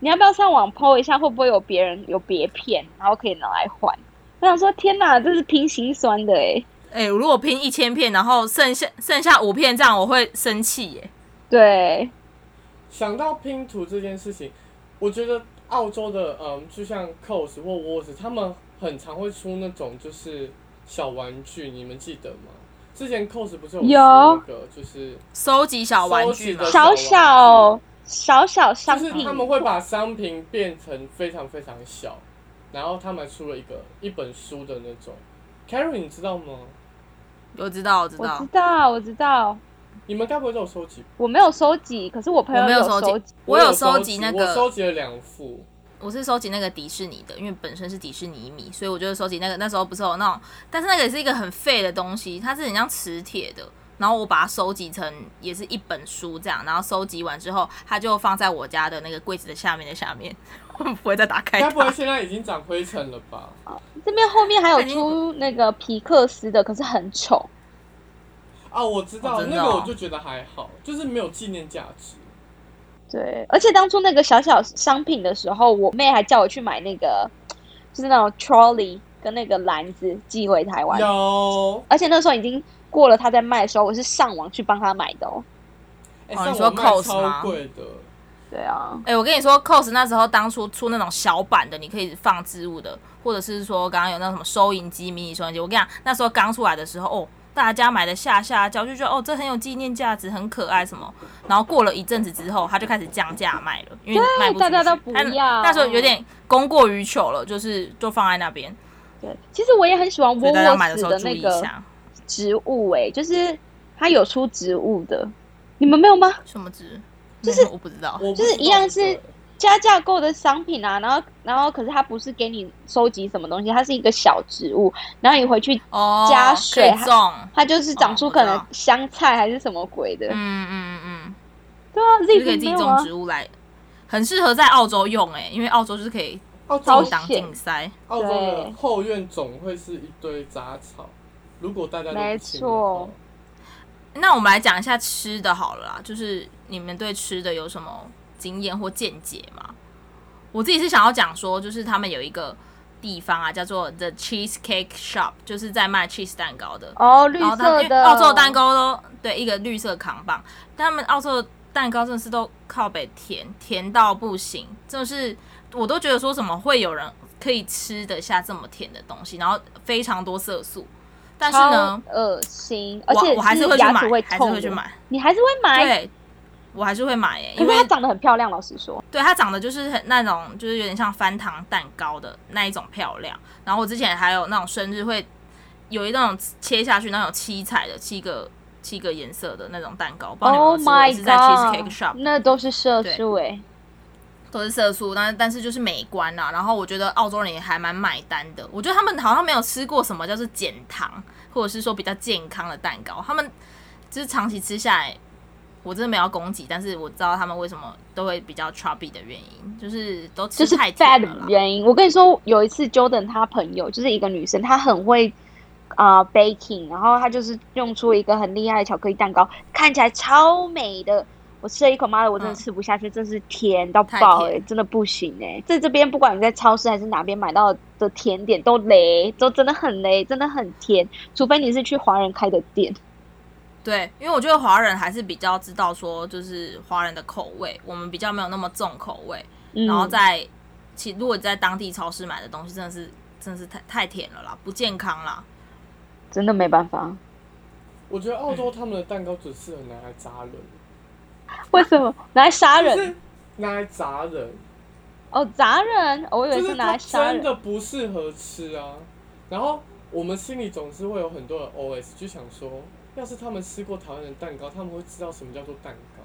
[SPEAKER 2] 你要不要上网 PO 一下，会不会有别人有别片，然后可以拿来还。我想说，天哪，这是拼心酸的哎、
[SPEAKER 1] 哎、如果拼一千片，然后剩下剩下五片，这样我会生气耶、
[SPEAKER 2] 对，
[SPEAKER 3] 想到拼图这件事情，我觉得澳洲的嗯，就像 Cos 或 w o s 他们很常会出那种就是小玩具，你们记得吗？之前 Cos 不是有出
[SPEAKER 2] 有
[SPEAKER 3] 那个，就是
[SPEAKER 1] 收集小玩具嘛
[SPEAKER 3] 收集，的
[SPEAKER 2] 小小小小商
[SPEAKER 3] 就是
[SPEAKER 2] 品
[SPEAKER 3] 他，们会把商品变成非常非常小，然后他们出了一个一本书的那种。Carrie，你知道吗？
[SPEAKER 1] 我知道，我知
[SPEAKER 2] 我
[SPEAKER 1] 道
[SPEAKER 2] 知，道，我知道，
[SPEAKER 3] 你们该不会都有收集吧？
[SPEAKER 2] 我没有收集，可是我朋
[SPEAKER 1] 我
[SPEAKER 2] 友
[SPEAKER 1] 没有
[SPEAKER 2] 收
[SPEAKER 1] 收集，我有
[SPEAKER 3] 有
[SPEAKER 1] 收
[SPEAKER 3] 集
[SPEAKER 1] 集那
[SPEAKER 3] 我
[SPEAKER 1] 个
[SPEAKER 3] 收，集了两副，
[SPEAKER 1] 我是收集那个迪士尼的，因为本身是迪士尼迷，所以我就是收集那个。那时候不是有那种，但是那个也是一个很废的东西，它是很像磁铁的。然后我把它收集成也是一本书这样，然后收集完之后，它就放在我家的那个柜子的下面的下面， 我不会再打开
[SPEAKER 3] 该不会
[SPEAKER 1] 它。
[SPEAKER 3] 现在已经长灰尘了吧？
[SPEAKER 2] 这边后面还有
[SPEAKER 1] 已经
[SPEAKER 2] 出那个皮克斯的，可是很丑。
[SPEAKER 3] 啊，我知道、
[SPEAKER 1] 哦真的
[SPEAKER 3] 那
[SPEAKER 1] 哦
[SPEAKER 3] 个，我就觉得还好，就是没有纪念价值。
[SPEAKER 2] 对，而且当初那个小小商品的时候，我妹还叫我去买那个，就是那种 trolley 跟那个篮子寄回台湾。
[SPEAKER 3] 有，
[SPEAKER 2] 而且那时候已经过了她在卖的时候，我是上网去帮她买的哦。
[SPEAKER 3] 哎、
[SPEAKER 1] 哦
[SPEAKER 3] 上
[SPEAKER 1] 你说
[SPEAKER 3] 网卖
[SPEAKER 1] Coles 吗
[SPEAKER 3] 超贵的，
[SPEAKER 2] 对啊，
[SPEAKER 1] 哎、我跟你说，cos 那时候当初出那种小版的，你可以放置物的，或者是说刚刚有那什么收银机、迷你收银机。我跟你讲，那时候刚出来的时候，哦，大家买的下下焦，就觉得哦，这很有纪念价值，很可爱什么。然后过了一阵子之后，它就开始降价卖了，因为卖不出
[SPEAKER 2] 大家
[SPEAKER 1] 去
[SPEAKER 2] 都不
[SPEAKER 1] 它
[SPEAKER 2] 要啊
[SPEAKER 1] 那时候有点供过于求了，就是就放在那边，
[SPEAKER 2] 对，其实我也很喜欢
[SPEAKER 1] 所
[SPEAKER 2] 沃
[SPEAKER 1] 以大家
[SPEAKER 2] 沃
[SPEAKER 1] 买
[SPEAKER 2] 斯
[SPEAKER 1] 时候
[SPEAKER 2] 的
[SPEAKER 1] 注意
[SPEAKER 2] 那
[SPEAKER 1] 一
[SPEAKER 2] 个
[SPEAKER 1] 下。
[SPEAKER 2] 植物、欸，就是它有出植物的，你们没有吗？
[SPEAKER 1] 什么值？
[SPEAKER 2] 就是
[SPEAKER 1] 没有我不知道，
[SPEAKER 3] 我不
[SPEAKER 2] 就是
[SPEAKER 3] 知道
[SPEAKER 2] 一样是
[SPEAKER 3] 对
[SPEAKER 2] 加价购的商品啊，然后然后可是它不是给你收集什么东西，它是一个小植物，然后你回去
[SPEAKER 1] 哦，
[SPEAKER 2] 加水
[SPEAKER 1] 可以种，
[SPEAKER 2] 它就是长
[SPEAKER 1] 哦
[SPEAKER 2] 出
[SPEAKER 1] 我
[SPEAKER 2] 可
[SPEAKER 1] 知
[SPEAKER 2] 能
[SPEAKER 1] 道
[SPEAKER 2] 香菜还是什么鬼的。
[SPEAKER 1] 嗯嗯嗯嗯。
[SPEAKER 2] 对啊，
[SPEAKER 1] 就
[SPEAKER 2] 自
[SPEAKER 1] 是可以自己
[SPEAKER 2] 没有
[SPEAKER 1] 种
[SPEAKER 2] 啊。
[SPEAKER 1] 植物来，很适合在澳洲用哎、因为澳洲就是可以
[SPEAKER 3] 澳
[SPEAKER 2] 哦超
[SPEAKER 3] 洲
[SPEAKER 1] 进当
[SPEAKER 2] 险
[SPEAKER 1] 竞塞。
[SPEAKER 3] 澳洲
[SPEAKER 2] 对
[SPEAKER 3] 的后院总会是一堆杂草，如果大家都不
[SPEAKER 2] 没
[SPEAKER 3] 清的话
[SPEAKER 2] 错
[SPEAKER 1] 那我们来讲一下吃的好了啦，就是你们对吃的有什么经验或见解吗？我自己是想要讲说，就是他们有一个地方啊，叫做 The Cheesecake Shop，就是在卖 cheese 蛋糕的。
[SPEAKER 2] 哦，绿
[SPEAKER 1] 然后他
[SPEAKER 2] 色
[SPEAKER 1] 因为
[SPEAKER 2] 的
[SPEAKER 1] 澳洲蛋糕都对一个绿色扛棒，但他们澳洲的蛋糕真的是都靠北甜，甜到不行，就是我都觉得说怎么会有人可以吃得下这么甜的东西，然后非常多色素，但是呢，
[SPEAKER 2] 超恶心，而且
[SPEAKER 1] 我我还是会去
[SPEAKER 2] 牙
[SPEAKER 1] 买
[SPEAKER 2] 齿，会
[SPEAKER 1] 还是
[SPEAKER 2] 痛，
[SPEAKER 1] 会去，买，
[SPEAKER 2] 你还是会买。
[SPEAKER 1] 对。我还是会买耶、
[SPEAKER 2] 可
[SPEAKER 1] 因
[SPEAKER 2] 是
[SPEAKER 1] 为
[SPEAKER 2] 哎它长得很漂亮，老实说，
[SPEAKER 1] 对它长得就是很那种，就是有点像翻糖蛋糕的那一种漂亮。然后我之前还有那种生日会，有一那种切下去那种七彩的七个七个颜色的那种蛋糕，不知道你们有没
[SPEAKER 2] Oh
[SPEAKER 1] 有吃过
[SPEAKER 2] my
[SPEAKER 1] 也是在 cheesecake
[SPEAKER 2] god，
[SPEAKER 1] shop
[SPEAKER 2] 那都是色素哎、
[SPEAKER 1] 都是色素，但但是就是美观啦、然后我觉得澳洲人也还蛮买单的，我觉得他们好像没有吃过什么叫做减糖，或者是说比较健康的蛋糕，他们就是长期吃下来。我真的没有要攻击，但是我知道他们为什么都会比较 chubby 的原因，就是都
[SPEAKER 2] 就
[SPEAKER 1] 吃
[SPEAKER 2] 是
[SPEAKER 1] 太甜
[SPEAKER 2] fat
[SPEAKER 1] 了啦
[SPEAKER 2] 的原因。我跟你说，有一次 Jordan 他朋友就是一个女生，她很会啊、呃 baking，然后她就是用出一个很厉害的巧克力蛋糕，看起来超美的。我吃了一口，妈的，我真的
[SPEAKER 1] 嗯
[SPEAKER 2] 吃不下去，真是甜到
[SPEAKER 1] 太
[SPEAKER 2] 爆哎、
[SPEAKER 1] 甜
[SPEAKER 2] 真的不行哎、在这边，不管你在超市还是哪边买到的甜点都雷，都真的很雷，真的很甜，除非你是去华人开的店。
[SPEAKER 1] 对，因为我觉得华人还是比较知道说，就是华人的口味，我们比较没有那么重口味。
[SPEAKER 2] 嗯，
[SPEAKER 1] 然后在其如果你在当地超市买的东西，真的是真的是太太甜了啦，不健康啦。
[SPEAKER 2] 真的没办法，
[SPEAKER 3] 我觉得澳洲他们的蛋糕只适合拿来炸人，
[SPEAKER 2] 为什么拿来杀
[SPEAKER 3] 就
[SPEAKER 2] 人？
[SPEAKER 3] 是拿来炸人，
[SPEAKER 2] 哦，砸人，哦我以为
[SPEAKER 3] 就是
[SPEAKER 2] 拿
[SPEAKER 3] 它
[SPEAKER 2] 来杀
[SPEAKER 3] 真
[SPEAKER 2] 人。
[SPEAKER 3] 的不适合吃啊。然后我们心里总是会有很多的 OS，就想说，要是他们吃过台湾的蛋糕，他们会知道什么叫做蛋糕，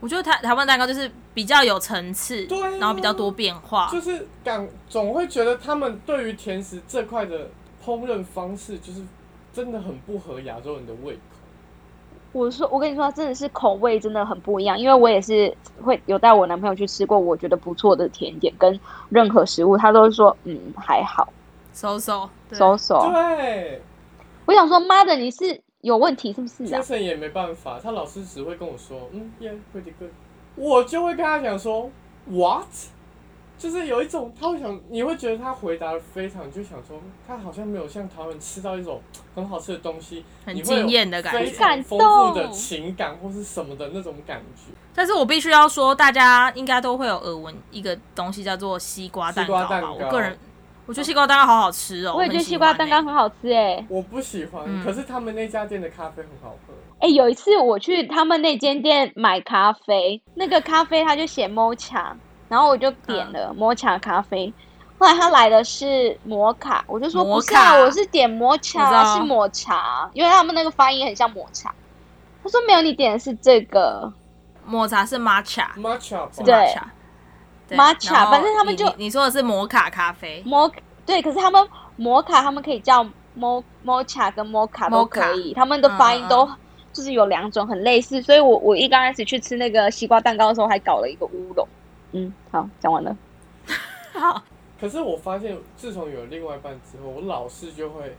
[SPEAKER 1] 我觉得台台湾蛋糕就是比较有层次，
[SPEAKER 3] 对啊
[SPEAKER 1] 然后比较多变化。
[SPEAKER 3] 就是感总会觉得他们对于甜食这块的烹饪方式就是真的很不合亚洲人的胃口。
[SPEAKER 2] 我说，我跟你说，真的是口味真的很不一样，因为我也是会有带我男朋友去吃过我觉得不错的甜点跟任何食物，他都说嗯还好
[SPEAKER 1] 搜搜
[SPEAKER 2] ，so
[SPEAKER 1] 哦
[SPEAKER 2] so。
[SPEAKER 3] 对，啊
[SPEAKER 2] 我想说，妈的，你是有问题是不是啊？
[SPEAKER 3] Jason 也没办法，他老师只会跟我说，嗯，yeah, pretty good。我就会跟他讲说，what？就是有一种他会想，你会觉得他回答的非常，你就想说他好像没有像台湾人吃到一种很好吃的东西，
[SPEAKER 1] 很
[SPEAKER 3] 你会有
[SPEAKER 1] 惊艳的感觉
[SPEAKER 3] 非常丰富的情感或是什么的那种感觉。
[SPEAKER 1] 但是我必须要说，大家应该都会有耳闻一个东西叫做西瓜蛋糕吧？
[SPEAKER 3] 西瓜蛋糕
[SPEAKER 1] 我个人我觉得西瓜蛋糕好好吃哦，
[SPEAKER 2] 我也觉得
[SPEAKER 1] 很喜
[SPEAKER 2] 西
[SPEAKER 1] 欢
[SPEAKER 2] 瓜蛋糕
[SPEAKER 1] 欸
[SPEAKER 2] 很好吃哎、欸。
[SPEAKER 3] 我不喜欢，
[SPEAKER 1] 嗯
[SPEAKER 3] 可是他们那家店的咖啡很好喝。
[SPEAKER 2] 哎、有一次我去他们那间店买咖啡，那个咖啡他就写 mocha，然后我
[SPEAKER 1] 嗯
[SPEAKER 2] 就点了 mocha 咖啡。后来他来的是摩卡，我就说
[SPEAKER 1] 摩
[SPEAKER 2] 不是啊，
[SPEAKER 1] 卡
[SPEAKER 2] 我是点摩
[SPEAKER 1] 我知道
[SPEAKER 2] 卡，是抹茶，因为他们那个发音很像抹茶。他说没有，你点的是这个
[SPEAKER 1] 抹茶是 matcha，
[SPEAKER 3] Matcha
[SPEAKER 1] 是
[SPEAKER 2] 对
[SPEAKER 3] 吧
[SPEAKER 1] matcha，对
[SPEAKER 2] matcha，
[SPEAKER 1] 然后
[SPEAKER 2] 反正他们
[SPEAKER 1] 你
[SPEAKER 2] 就
[SPEAKER 1] 你你说的是摩卡咖啡，
[SPEAKER 2] 摩，对，可是他们摩卡他们可以叫 mo mocha 跟 mocha 嗯都
[SPEAKER 1] Mocha
[SPEAKER 2] 可以，他们的发音都就是有两种很类似，所以我我一刚开始去吃那个西瓜蛋糕的时候还搞了一个乌龙。嗯，好，讲完了。
[SPEAKER 1] 好，
[SPEAKER 3] 可是我发现，自从有另外一半之后，我老是就会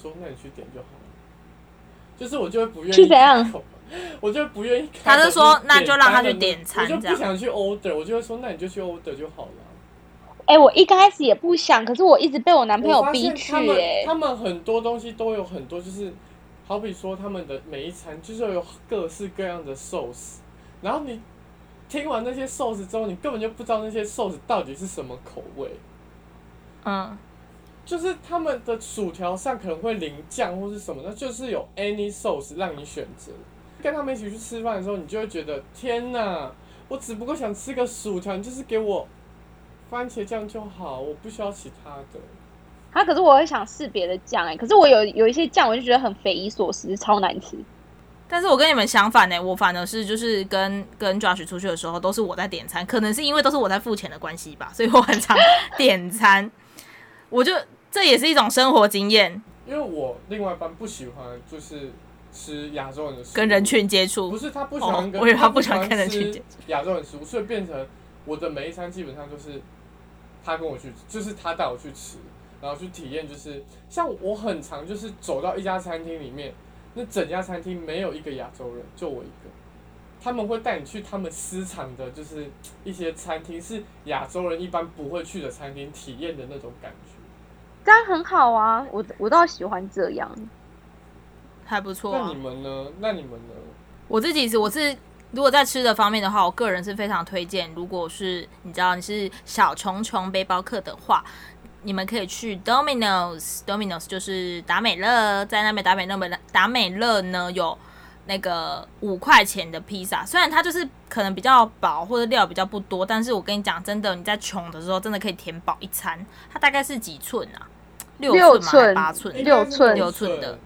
[SPEAKER 3] 说：“那你去点就好了。”就是我就会不愿意
[SPEAKER 2] 去怎样
[SPEAKER 3] 开口， 我就不愿意开口。
[SPEAKER 1] 他就说
[SPEAKER 3] 点
[SPEAKER 1] 那就让他去
[SPEAKER 3] 单的
[SPEAKER 1] 点餐
[SPEAKER 3] 我就
[SPEAKER 1] 这
[SPEAKER 3] 不
[SPEAKER 1] 样
[SPEAKER 3] 想去 order，我就会说：“那你就去 order 就好了。
[SPEAKER 2] 哎、我一开始也不想，可是我一直被我男”朋友
[SPEAKER 3] 我发
[SPEAKER 2] 逼
[SPEAKER 3] 现
[SPEAKER 2] 去、
[SPEAKER 3] 他们
[SPEAKER 2] 哎，
[SPEAKER 3] 他们很多东西都有很多，就是好比说他们的每一餐就是有各式各样的 sauce，然后你听完那些 sauce 之后，你根本就不知道那些 sauce 到底是什么口味。
[SPEAKER 1] 嗯，
[SPEAKER 3] 就是他们的薯条上可能会淋酱或是什么，那就是有 any sauce 让你选择。跟他们一起去吃饭的时候，你就会觉得天哪，我只不过想吃个薯条，你就是给我番茄酱就好，我不需要其他的。
[SPEAKER 2] 他、可是我会想试别的酱，哎，可是我有有一些酱我就觉得很匪夷所思，超难吃。
[SPEAKER 1] 但是我跟你们相反呢、欸我反而是就是跟跟 Josh 出去的时候都是我在点餐，可能是因为都是我在付钱的关系吧，所以我很常点餐， 我就这也是一种生活经验，
[SPEAKER 3] 因为我另外一半不喜欢就是吃亚洲人的食物
[SPEAKER 1] 跟人群接
[SPEAKER 3] 不
[SPEAKER 1] 触，
[SPEAKER 3] 是他不喜欢跟，
[SPEAKER 1] 哦我以为他不
[SPEAKER 3] 不
[SPEAKER 1] 喜欢
[SPEAKER 3] 喜欢
[SPEAKER 1] 跟人去
[SPEAKER 3] 吃
[SPEAKER 1] 接
[SPEAKER 3] 亚洲人食物，所以变成我的每一餐基本上就是他跟我去，就是他带我去吃，然后去体验，就是像我很常就是走到一家餐厅里面，那整家餐厅没有一个亚洲人，就我一个。他们会带你去他们私藏的，就是一些餐厅，是亚洲人一般不会去的餐厅，体验的那种感觉。
[SPEAKER 2] 这样很好啊，我我倒喜欢这样。
[SPEAKER 1] 还不错、啊。
[SPEAKER 3] 那你们呢？那你们呢？
[SPEAKER 1] 我自己是我是如果在吃的方面的话，我个人是非常推荐，如果是你知道你是小穷穷背包客的话。你们可以去 Domino's，Domino's 就是达美乐，在那边达美乐美达美乐呢有那个五块钱的披萨，虽然它就是可能比较薄或者料比较不多，但是我跟你讲，真的你在穷的时候真的可以填饱一餐。它大概是几寸啊？六
[SPEAKER 2] 六
[SPEAKER 1] 寸吗？还是
[SPEAKER 2] 寸
[SPEAKER 1] 八寸？
[SPEAKER 2] 应六寸
[SPEAKER 1] 六寸的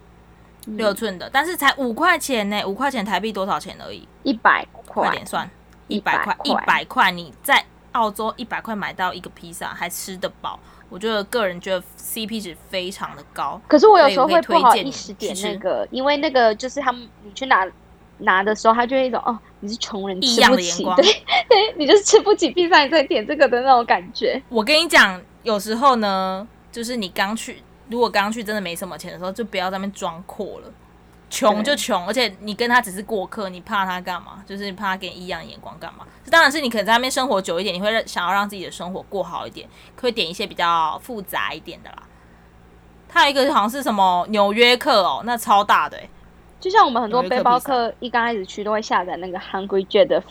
[SPEAKER 1] 六
[SPEAKER 2] 嗯
[SPEAKER 1] 寸的，但是才五块钱呢、五块钱台币多少钱而已？
[SPEAKER 2] 一百
[SPEAKER 1] 快
[SPEAKER 2] 块，
[SPEAKER 1] 点算，一百
[SPEAKER 2] 100
[SPEAKER 1] 块，一
[SPEAKER 2] 块
[SPEAKER 1] 百块，你在澳洲一百块买到一个披萨，还吃得饱，我觉得个人觉得 CP 值非常的高。
[SPEAKER 2] 可是我有
[SPEAKER 1] 所以
[SPEAKER 2] 时候
[SPEAKER 1] 我可以
[SPEAKER 2] 会
[SPEAKER 1] 推
[SPEAKER 2] 不好
[SPEAKER 1] 荐
[SPEAKER 2] 意
[SPEAKER 1] 你
[SPEAKER 2] 思
[SPEAKER 1] 去
[SPEAKER 2] 点
[SPEAKER 1] 吃
[SPEAKER 2] 那个，因为那个就是他们你去拿拿的时候，他就会一种哦，你是穷人，
[SPEAKER 1] 异
[SPEAKER 2] 吃
[SPEAKER 1] 样
[SPEAKER 2] 不
[SPEAKER 1] 的眼
[SPEAKER 2] 起，
[SPEAKER 1] 光
[SPEAKER 2] 对对，你就是吃不起披萨，你才点这个的那种感觉。
[SPEAKER 1] 我跟你讲，有时候呢，就是你刚去，如果刚去真的没什么钱的时候，就不要在那边装阔了。穷就
[SPEAKER 2] 对
[SPEAKER 1] 穷，而且你跟他只是过客，你怕他干嘛？就是怕他给你异样眼光干嘛？当然是你可能在那边生活久一点，你会让想要让自己的生活过好一点，会点一些比较复杂一点的啦。它有一个好像是什么纽约客哦，那超大的、欸，
[SPEAKER 2] 就像我们很多
[SPEAKER 1] 有一颗
[SPEAKER 2] 背包
[SPEAKER 1] 披萨
[SPEAKER 2] 客一刚开始去都会下载那个 Hungry Jet 的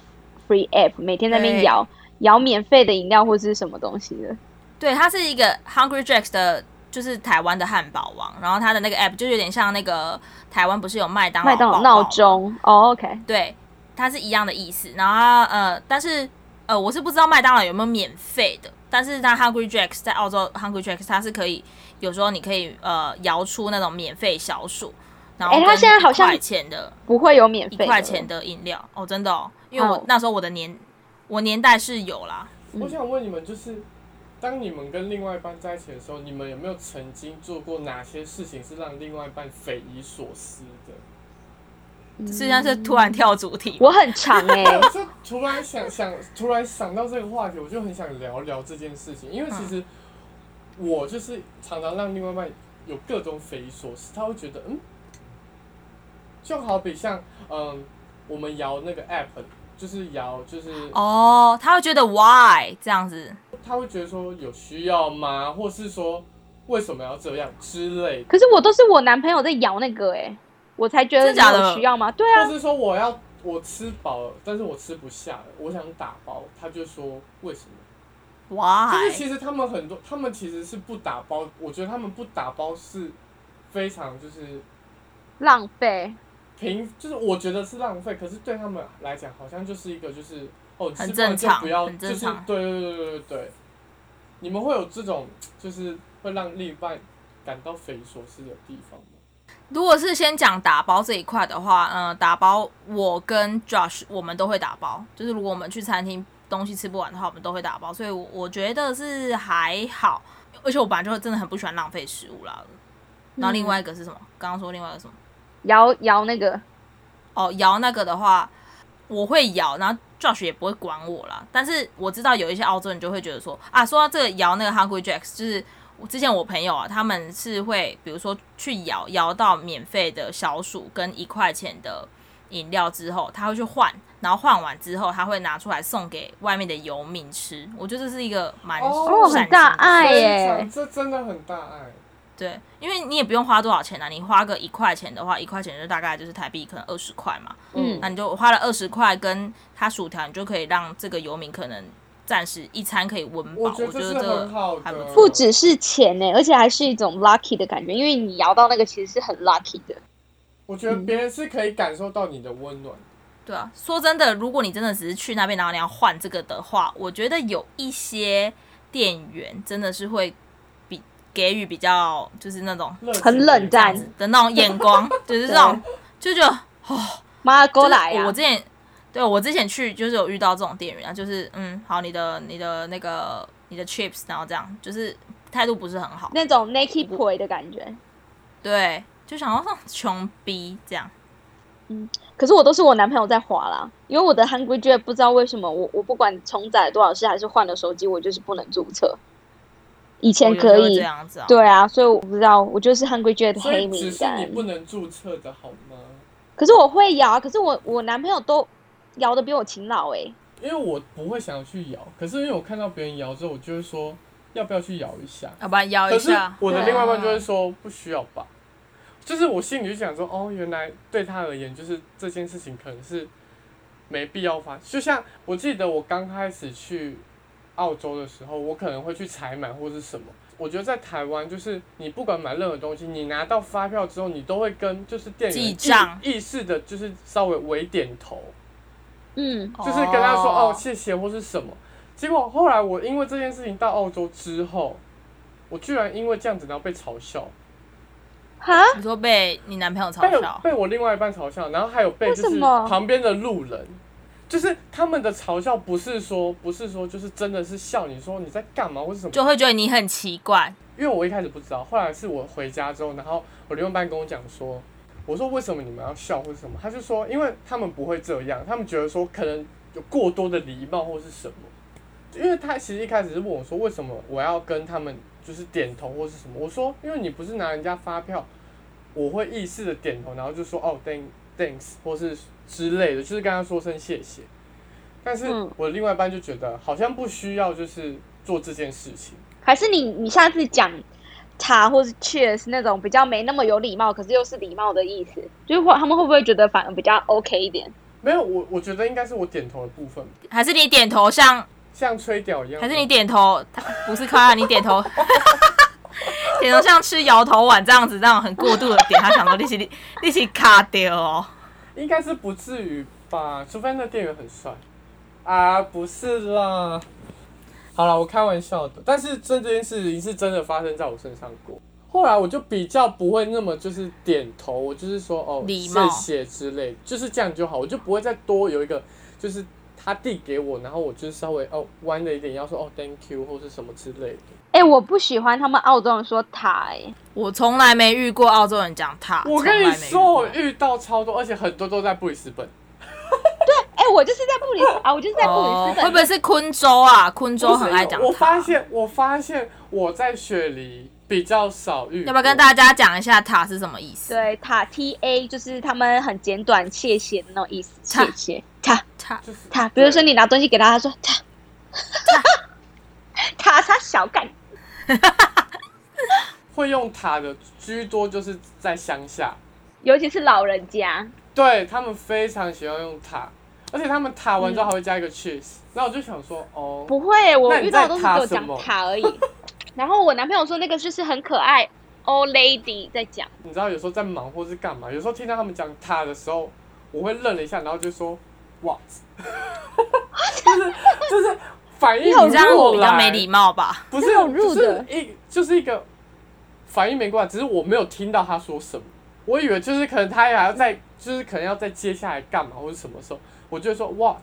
[SPEAKER 2] free app，每天在那边
[SPEAKER 1] 对哦
[SPEAKER 2] 摇摇免费的饮料或是什么东西的。
[SPEAKER 1] 对，它是一个 Hungry Jack's 的，就是台湾的汉堡王，然后它的那个 app 就有点像那个台湾不是有麦当劳
[SPEAKER 2] 麦当劳
[SPEAKER 1] 抱抱
[SPEAKER 2] 闹
[SPEAKER 1] 吗
[SPEAKER 2] 钟，哦，OK，
[SPEAKER 1] 对，它是一样的意思。然后它呃，但是呃，我是不知道麦当劳有没有免费的，但是它 Hungry Jacks 在澳洲 Hungry Jacks 它是可以，有时候你可以呃摇出那种免费小数，然后
[SPEAKER 2] 诶它
[SPEAKER 1] 跟
[SPEAKER 2] 现在好
[SPEAKER 1] 一块
[SPEAKER 2] 像
[SPEAKER 1] 钱的
[SPEAKER 2] 不会有免
[SPEAKER 1] 一
[SPEAKER 2] 费的
[SPEAKER 1] 块钱的饮料哦，真的哦，因为我
[SPEAKER 2] 哦
[SPEAKER 1] 那时候我的年我年代是有啦，
[SPEAKER 2] 嗯
[SPEAKER 3] 我想问你们，就是当你们跟另外一半在一起的时候，你们有没有曾经做过哪些事情是让另外一半匪夷所思的？
[SPEAKER 1] 虽然是突然跳主题，
[SPEAKER 2] 嗯我很长哎、
[SPEAKER 3] 我就突然想想，突然想到这个话题，我就很想聊聊这件事情，因为
[SPEAKER 2] 嗯
[SPEAKER 3] 其实我就是常常让另外一半有各种匪夷所思，他会觉得嗯，就好比像嗯，我们摇那个 app，就是摇就是
[SPEAKER 1] 哦，他会觉得 why 这样子，
[SPEAKER 3] 他会觉得说有需要吗，或是说为什么要这样之类的，
[SPEAKER 2] 可是我都是我男朋友在摇那个哎、我才觉得
[SPEAKER 1] 真假
[SPEAKER 2] 你有
[SPEAKER 1] 的
[SPEAKER 2] 需要吗？对啊
[SPEAKER 3] 或，是说我要我吃饱了，但是我吃不下了，我想打包，他就说为什么？就是
[SPEAKER 1] why
[SPEAKER 3] 其实他们很多，他们其实是不打包，我觉得他们不打包是非常就是
[SPEAKER 2] 浪费。
[SPEAKER 3] 平，就是我觉得是浪费，可是对他们来讲好像就是一个就是哦，
[SPEAKER 1] 很
[SPEAKER 3] 吃
[SPEAKER 1] 正
[SPEAKER 3] 饭就
[SPEAKER 1] 常
[SPEAKER 3] 不要，
[SPEAKER 1] 很正
[SPEAKER 3] 就是
[SPEAKER 1] 常
[SPEAKER 3] 对对对对对对，你们会有这种就是会让另一半感到匪夷所思的地方吗？
[SPEAKER 1] 如果是先讲打包这一块的话，嗯、打包我跟 Josh 我们都会打包，就是如果我们去餐厅东西吃不完的话，我们都会打包，所以我我觉得是还好，而且我本来就真的很不喜欢浪费食物啦。然后另外一个是什么？刚刚说另外一个是什么？
[SPEAKER 2] 摇摇那个，
[SPEAKER 1] 哦，摇那个的话，我会摇，然后 Josh 也不会管我啦。但是我知道有一些澳洲人就会觉得说，啊，说到这个摇那个 Hungry Jacks，就是我之前我朋友啊，他们是会比如说去摇摇到免费的小薯跟一块钱的饮料之后，他会去换，然后换完之后他会拿出来送给外面的游民吃。我觉得这是一个蛮
[SPEAKER 3] 哦
[SPEAKER 2] 哦，
[SPEAKER 1] 善
[SPEAKER 2] 很
[SPEAKER 1] 心
[SPEAKER 2] 大
[SPEAKER 1] 的
[SPEAKER 2] 爱耶、
[SPEAKER 3] 非常这真的很大爱。
[SPEAKER 1] 对，因为你也不用花多少钱啊，你花个一块钱的话，一块钱就大概就是台币可能二十块嘛。
[SPEAKER 2] 嗯
[SPEAKER 1] 那你就花了二十块跟他薯条，你就可以让这个游民可能暂时一餐可以温饱。
[SPEAKER 3] 我
[SPEAKER 1] 我
[SPEAKER 3] 觉
[SPEAKER 1] 觉得
[SPEAKER 3] 得这是
[SPEAKER 1] 这个
[SPEAKER 3] 很好的
[SPEAKER 1] 还不
[SPEAKER 2] 不
[SPEAKER 1] 错。
[SPEAKER 2] 只是钱呢、而且还是一种 lucky 的感觉，因为你摇到那个其实是很 lucky 的。
[SPEAKER 3] 我觉得
[SPEAKER 2] 嗯
[SPEAKER 3] 别人是可以感受到你的温暖，
[SPEAKER 1] 对啊，说真的，如果你真的只是去那边，然后你要换这个的话，我觉得有一些店员真的是会比给予比较就是那种
[SPEAKER 3] 热情
[SPEAKER 2] 很冷
[SPEAKER 3] 的
[SPEAKER 2] 淡
[SPEAKER 3] 感觉
[SPEAKER 1] 的那种眼光，就是这种就就
[SPEAKER 2] 妈 过来
[SPEAKER 1] 就
[SPEAKER 2] 啊
[SPEAKER 1] 是
[SPEAKER 2] 呀、
[SPEAKER 1] 我之前对我之前去就是有遇到这种店员啊，就是嗯，好，你的你的那个你的 chips，然后这样就是态度不是很好，
[SPEAKER 2] 那种 naked boy 的感觉。
[SPEAKER 1] 对，就想要上穷逼这样。
[SPEAKER 2] 可是我都是我男朋友在滑啦，因为我的 Hungry Jet 不知道为什么我我不管重载多少次还是换了手机，我就是不能注册。以前
[SPEAKER 1] 我有时候
[SPEAKER 2] 可
[SPEAKER 1] 会
[SPEAKER 2] 以
[SPEAKER 1] 这，样子啊，
[SPEAKER 2] 对啊，所以我不知道，我就是 Hungry Jet 的
[SPEAKER 3] 所
[SPEAKER 2] 黑
[SPEAKER 3] 以
[SPEAKER 2] 名
[SPEAKER 3] 只是你
[SPEAKER 2] 单。
[SPEAKER 3] 不能注册的好吗？
[SPEAKER 2] 可是我会摇啊，可是我我男朋友都摇的比我勤劳哎、
[SPEAKER 3] 因为我不会想要去摇，可是因为我看到别人摇之后，我就会说要不要去摇一下。
[SPEAKER 1] 要不然摇
[SPEAKER 3] 可
[SPEAKER 1] 一
[SPEAKER 3] 是
[SPEAKER 1] 下。
[SPEAKER 3] 我的
[SPEAKER 2] 对
[SPEAKER 3] 另外一半就会说不需要吧，就是我心里就想说，哦，原来对他而言，就是这件事情可能是没必要发。就像我记得我刚开始去澳洲的时候，我可能会去采买或是什么。我觉得在台湾，就是你不管买任何东西，你拿到发票之后，你都会跟就是店员
[SPEAKER 1] 记
[SPEAKER 3] 意
[SPEAKER 1] 账
[SPEAKER 3] 意识的，就是稍微微点头。
[SPEAKER 2] 嗯，
[SPEAKER 3] 就是跟他说哦
[SPEAKER 1] 哦
[SPEAKER 3] 谢谢或是什么。结果后来我因为这件事情到澳洲之后，我居然因为这样子然后被嘲笑，
[SPEAKER 2] 哈，
[SPEAKER 1] 你说被你男朋友嘲
[SPEAKER 3] 被
[SPEAKER 1] 笑，
[SPEAKER 3] 被我另外一半嘲笑，然后还有被
[SPEAKER 2] 为
[SPEAKER 3] 就是
[SPEAKER 2] 什么
[SPEAKER 3] 旁边的路人，就是他们的嘲笑不是说不是说就是真的是笑你说你在干嘛或是什么，
[SPEAKER 1] 就会觉得你很奇怪。
[SPEAKER 3] 因为我一开始不知道，后来是我回家之后，然后我另外一半跟我讲说，我说为什么你们要笑或是什么，他就说因为他们不会这样，他们觉得说可能有过多的礼貌或是什么，因为他其实一开始是问我说为什么我要跟他们就是点头或是什么，我说因为你不是拿人家发票，我会意识的点头，然后就说哦 thank thanks 或是之类的，就是跟他说声谢谢，但是
[SPEAKER 2] 嗯
[SPEAKER 3] 我另外一半就觉得好像不需要就是做这件事情。
[SPEAKER 2] 还是你你下次讲茶或是 cheers 那种比较没那么有礼貌，可是又是礼貌的意思，就是会他们会不会觉得反而比较 OK 一点？
[SPEAKER 3] 没有，我我觉得应该是我点头的部分，
[SPEAKER 1] 还是你点头像，
[SPEAKER 3] 像吹屌一样。
[SPEAKER 1] 还是你点头，他不是夸他，你点头， 点头像吃摇头丸这样子，这样很过度的点，他想说你是你是卡掉哦。
[SPEAKER 3] 应该是不至于吧？除非那店员很帅。啊，不是啦。好了，我开玩笑的。但是这件事情是真的发生在我身上过。后来我就比较不会那么就是点头，我就是说哦
[SPEAKER 1] 礼
[SPEAKER 3] 谢
[SPEAKER 1] 貌
[SPEAKER 3] 谢之类，就是这样就好，我就不会再多有一个就是他递给我，然后我就是稍微哦弯了一点腰说哦 thank you 或是什么之类的。
[SPEAKER 2] 哎、我不喜欢他们澳洲人说他、哎，
[SPEAKER 1] 我从来没遇过澳洲人讲他，
[SPEAKER 3] 我跟
[SPEAKER 1] 从
[SPEAKER 3] 你
[SPEAKER 1] 来没遇
[SPEAKER 3] 说，我
[SPEAKER 1] 过
[SPEAKER 3] 遇到超多，而且很多都在布里斯本。
[SPEAKER 2] 哎、我就是在布里斯啊，我就是在布里
[SPEAKER 1] 哦
[SPEAKER 2] 斯，本。
[SPEAKER 1] 会不会是昆州啊？昆州很爱讲
[SPEAKER 3] 我
[SPEAKER 1] 塔
[SPEAKER 3] 发，现，我发现我在雪梨比较少遇过。
[SPEAKER 1] 要不要跟大家讲一下塔是什么意思？
[SPEAKER 2] 对，塔 T A 就是他们很简短、谢谢的那种意思。
[SPEAKER 1] 塔
[SPEAKER 2] 谢谢塔
[SPEAKER 1] 塔
[SPEAKER 3] 就是
[SPEAKER 2] 塔，比如说
[SPEAKER 3] 对
[SPEAKER 2] 你拿东西给他，他说 塔塔他小干，
[SPEAKER 3] 会用塔的居多，就是在乡下，
[SPEAKER 2] 尤其是老人家。
[SPEAKER 3] 对他们非常喜欢用塔，而且他们塔完之
[SPEAKER 1] 嗯
[SPEAKER 3] 后还会加一个 cheese、那我就想说，哦，
[SPEAKER 2] 不会，我
[SPEAKER 3] 那你
[SPEAKER 2] 遇到
[SPEAKER 3] 在
[SPEAKER 2] 的都是
[SPEAKER 3] 塔
[SPEAKER 2] 只有
[SPEAKER 3] 什
[SPEAKER 2] 讲
[SPEAKER 3] 么
[SPEAKER 2] 塔而已。 然后我男朋友说那个就是很可爱，old lady 在讲。
[SPEAKER 3] 你知道有时候在忙或是干嘛，有时候听到他们讲塔的时候，我会愣了一下，然后就说 what，就是就是反应
[SPEAKER 2] 你好
[SPEAKER 1] 你这样
[SPEAKER 3] 过
[SPEAKER 1] 比较
[SPEAKER 3] 来
[SPEAKER 1] 没礼貌吧？
[SPEAKER 3] 不是
[SPEAKER 2] 这种入的
[SPEAKER 3] 就是一就是一个反应没过来，只是我没有听到他说什么，我以为就是可能他还要再，就是可能要再接下来干嘛或者什么时候，我就会说 what，